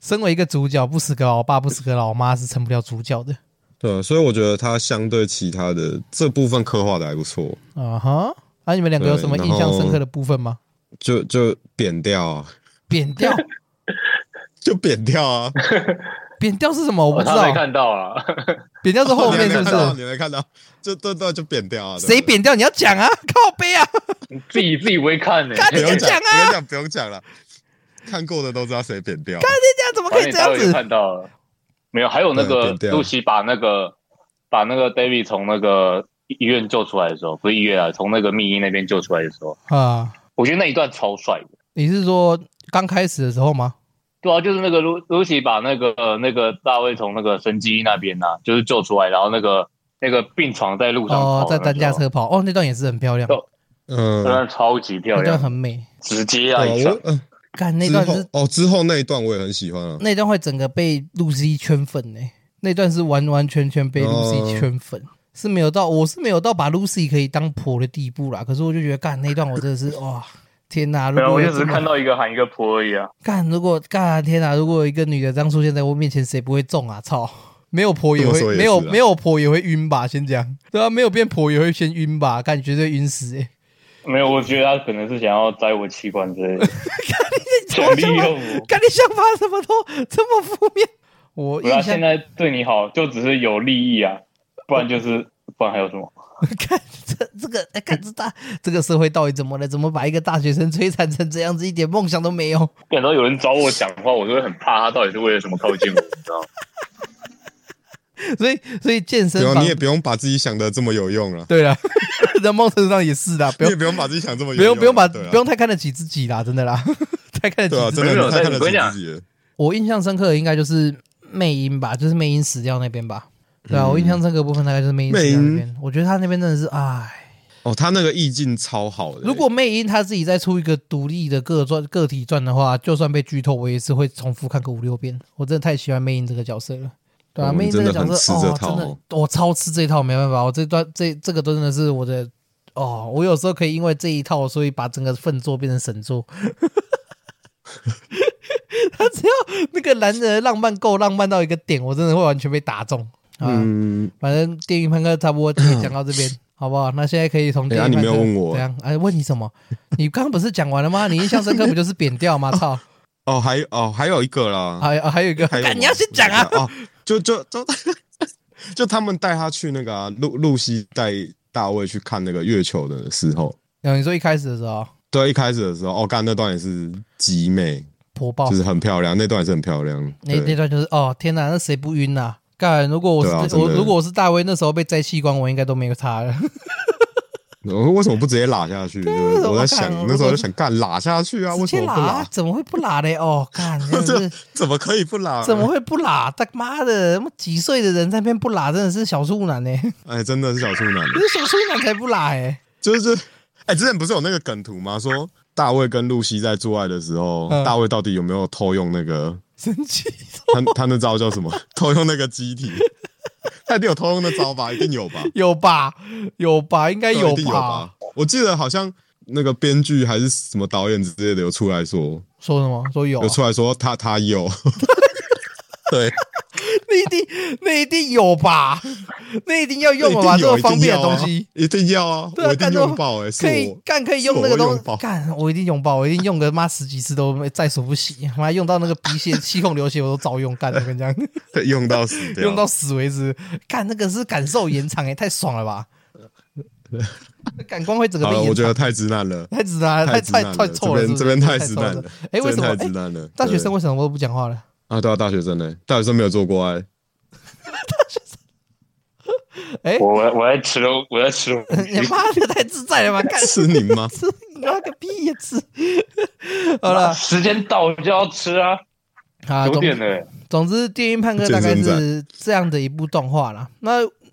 Speaker 2: 身为一个主角，不死个老爸，不死个老妈是成不了主角的。
Speaker 3: 对，啊所以我觉得他相对其他的这部分刻画的还不错，
Speaker 2: 啊哈，啊，你们两个有什么
Speaker 3: 对
Speaker 2: 印
Speaker 3: 然后
Speaker 2: 象深刻的部分吗？
Speaker 3: 就就扁掉啊，
Speaker 2: 扁 掉，
Speaker 3: 就扁掉啊。
Speaker 2: 扁掉是什么？我不
Speaker 1: 哦
Speaker 2: 知
Speaker 1: 他
Speaker 2: 道
Speaker 1: 没。看哦到 啊，
Speaker 2: 扁掉是后
Speaker 3: 你
Speaker 2: 面
Speaker 3: 没
Speaker 2: 是
Speaker 3: 看
Speaker 2: 不
Speaker 3: 到
Speaker 2: 是？
Speaker 3: 你没看到，就对对，就扁掉啊。对
Speaker 2: 谁？扁掉？你要 讲啊，靠背啊，
Speaker 1: 你自己自己不会看呢、
Speaker 2: 看
Speaker 3: 不
Speaker 2: 你
Speaker 3: 用
Speaker 2: 讲
Speaker 3: 讲，
Speaker 2: 啊
Speaker 3: 不用讲，不用讲了。看过的都知道谁扁掉。
Speaker 2: 这样怎么可以这样
Speaker 1: 反正你大概也？
Speaker 2: 子
Speaker 1: 看到了，没有？还有那个
Speaker 3: 对对啊
Speaker 1: 露西把那个把那个 David 从那个医院救出来的时候，不是医院啊，从那个密医那边救出来的时候，
Speaker 2: 啊，
Speaker 1: 我觉得那一段超帅的。
Speaker 2: 你是说刚开始的时候吗？
Speaker 1: 对啊，就是那个露露西把那个、呃那个大卫从那个神机那边呐、就是救出来，然后那个那个病床在路上
Speaker 2: 哦
Speaker 1: 跑，的
Speaker 2: 在
Speaker 1: 那
Speaker 2: 担架
Speaker 1: 时候，
Speaker 2: 车跑，哦，那段也是很漂亮，
Speaker 1: 对
Speaker 3: 嗯，
Speaker 1: 那段超级漂
Speaker 2: 那段
Speaker 1: 亮，
Speaker 2: 很美。
Speaker 1: 直接
Speaker 3: 对啊
Speaker 1: 爱上
Speaker 3: 我。嗯，
Speaker 2: 干那
Speaker 3: 之
Speaker 2: 段
Speaker 3: 后
Speaker 2: 是
Speaker 3: 哦，之后那一段我也很喜欢啊。
Speaker 2: 那段会整个被露西圈粉呢、欸那段是完完全全被露
Speaker 3: 哦
Speaker 2: 西圈粉，是没有到我是没有到把露西可以当婆的地步啦。可是我就觉得干那段我真的是哇天哪！如
Speaker 1: 没有，啊
Speaker 2: 果
Speaker 1: 我就
Speaker 2: 有
Speaker 1: 只
Speaker 2: 这
Speaker 1: 是
Speaker 2: 么
Speaker 1: 看到一个喊一个婆而已 啊。
Speaker 2: 干，如果干天哪！如果有一个女的这样出现在我面前，谁不会中啊？操！没有婆也
Speaker 3: 这么
Speaker 2: 会
Speaker 3: 说也
Speaker 2: 没有
Speaker 3: 是啊
Speaker 2: 没有婆也会晕吧？先讲对啊，没有变婆也会先晕吧？干绝对晕 死哎、
Speaker 1: 没有，我觉得他可能是想要摘我器官之类的，想利用 我。
Speaker 2: 干你想法怎么都这么负面？我
Speaker 1: 不要
Speaker 2: 印象
Speaker 1: 现在对你好，就只是有利益啊，不然就是不然还有什么？
Speaker 2: 看这这个，哎，看这大这个社会到底怎么了？怎么把一个大学生摧残成这样子，一点梦想都没有？
Speaker 1: 感到有人找我讲话，我就会很怕他到底是为了什么靠近我，你知道吗？
Speaker 2: 所以，所以健身
Speaker 3: 不用，
Speaker 2: 房
Speaker 3: 啊你也不用把自己想的这么有用了，
Speaker 2: 对了， 在某种程度上也是的，不用
Speaker 3: 你也不用把自己想这么
Speaker 2: 不
Speaker 3: 有用
Speaker 2: 用
Speaker 3: 啦，
Speaker 2: 不用把
Speaker 3: 对啊
Speaker 2: 不用太看得起自己啦，真的啦， 太看得
Speaker 3: 对啊，
Speaker 2: 起自
Speaker 3: 真
Speaker 2: 己。
Speaker 3: 的
Speaker 1: 没有
Speaker 3: 你太看得
Speaker 1: 我跟你
Speaker 3: 起
Speaker 1: 讲
Speaker 3: 自己了。
Speaker 2: 我印象深刻的应该就是魅音吧，就是魅音死掉那边吧。对
Speaker 3: 嗯
Speaker 2: 啊，我印象深刻的部分大概就是魅音死掉那边。我觉得他那边真的是，哎，
Speaker 3: 哦，他那个意境超好的欸。
Speaker 2: 如果魅音他自己再出一个独立的个传个体传的话，就算被剧透，我也是会重复看个五六遍。我真的太喜欢魅音这个角色了。对啊，
Speaker 3: 我们
Speaker 2: 魅音这个角色
Speaker 3: 真的很吃这
Speaker 2: 哦，
Speaker 3: 套
Speaker 2: 真
Speaker 3: 哦
Speaker 2: 的我超吃这一套，没办法，我这段这这个都真的是我的哦，我有时候可以因为这一套，所以把整个粪作变成神作。 他只要那个男人的浪漫够浪漫到一个点，我真的会完全被打中。啊、
Speaker 3: 嗯，
Speaker 2: 反正电影判客差不多也讲到 这边，好不好？那现在可以从电
Speaker 3: 哎啊
Speaker 2: 影判
Speaker 3: 你
Speaker 2: 客
Speaker 3: 没有问我
Speaker 2: 怎样？哎，问你什么？你刚刚不是讲完了吗？你印象深刻不就是扁掉 吗？操！
Speaker 3: 哦，还哦还有一个啦，
Speaker 2: 还有还有一个，
Speaker 3: 还有吗
Speaker 2: 干你要先讲啊！
Speaker 3: 哦，就就就 就他们带他去那个啊，露露西带大卫去看那个月球的时候，
Speaker 2: 然后你说一开始的时候
Speaker 3: 对，一开始的时候，哦，干那段也是极美，
Speaker 2: 火爆
Speaker 3: 就，是很漂亮，那段也是很漂亮。
Speaker 2: 那那
Speaker 3: 对，
Speaker 2: 段就是哦，天哪，那谁不晕呐、干，如果我
Speaker 3: 对啊
Speaker 2: 是、
Speaker 3: 真
Speaker 2: 我
Speaker 3: 的
Speaker 2: 如果我是大威，那时候被摘器官，我应该都没有差了。
Speaker 3: 我为什么不直接拉下去？对
Speaker 2: 啊
Speaker 3: 我在
Speaker 2: 我看
Speaker 3: 想，那时候就想干拉下去啊，为
Speaker 2: 直
Speaker 3: 什
Speaker 2: 接
Speaker 3: 么不
Speaker 2: 拉
Speaker 3: 拉？
Speaker 2: 怎么会不拉嘞？哦，干，真 的是
Speaker 3: 怎么可以不拉？
Speaker 2: 怎么？会不拉？他妈的，他妈几岁的人在那边不拉，真的是小处男呢、
Speaker 3: 哎，真的是小处男，
Speaker 2: 可是小处男才不拉哎、
Speaker 3: 就是哎，之前不是有那个梗图吗？说大卫跟露西在做爱的时候，
Speaker 2: 嗯
Speaker 3: 大卫到底有没有偷用那个
Speaker 2: 生气。
Speaker 3: 他他那招叫什么？ 偷用那个机体，他一定有偷用那招吧？一定有吧？
Speaker 2: 有吧？有吧？应该
Speaker 3: 对
Speaker 2: 哎有
Speaker 3: 一定有吧？我记得好像那个编剧还是什么导演之类的有出来说，
Speaker 2: 说什么？说有啊、
Speaker 3: 有出来说他他有， 对，
Speaker 2: 那一定那一定有吧？ 那一定要用了吧？
Speaker 3: 一定
Speaker 2: 这
Speaker 3: 有
Speaker 2: 么方便的东西，，
Speaker 3: 一定要啊，一定要啊
Speaker 2: 对啊，
Speaker 3: 我一定
Speaker 2: 干
Speaker 3: 用爆哎，是
Speaker 2: 可以
Speaker 3: 我。
Speaker 2: 干可以
Speaker 3: 是
Speaker 2: 用那个
Speaker 3: 我
Speaker 2: 东
Speaker 3: 用爆
Speaker 2: 西，干我一定用爆，我一定用个妈十几次都 没在所不惜，妈用到那个鼻血气孔流血我都照用，干我跟你 讲，
Speaker 3: 用到死掉，
Speaker 2: 用到死为止，干那个是感受延长欸也太爽了 吧？感光会整个
Speaker 3: 好
Speaker 2: 被
Speaker 3: 了，
Speaker 2: 延
Speaker 3: 我觉
Speaker 2: 长
Speaker 3: 得，太直男了，
Speaker 2: 太直男了，太
Speaker 3: 直
Speaker 2: 太
Speaker 3: 男了，
Speaker 2: 太
Speaker 3: 这
Speaker 2: 臭了，是
Speaker 3: 边
Speaker 2: 不
Speaker 3: 这
Speaker 2: 是
Speaker 3: 边太
Speaker 2: 太
Speaker 3: 直
Speaker 2: 臭
Speaker 3: 男
Speaker 2: 了
Speaker 3: 了，
Speaker 2: 哎，为
Speaker 3: 这
Speaker 2: 什么？
Speaker 3: 边太
Speaker 2: 哎
Speaker 3: 直，男了？
Speaker 2: 大学
Speaker 3: 对
Speaker 2: 生为什么都不讲话了？
Speaker 3: 啊，对啊，大学生呢？大学生没有做过爱，
Speaker 2: 哎，
Speaker 4: 我我我在吃肉，我在吃肉。
Speaker 2: 你妈的太自在 了吧？干
Speaker 3: 是你吗？
Speaker 2: 吃你妈个屁呀吃！好了
Speaker 4: 时间到就要吃啊，
Speaker 2: 啊，
Speaker 1: 九
Speaker 2: 总
Speaker 1: 点了、欸，
Speaker 2: 总之，《电音判客》大概是这样的一部动画啦。那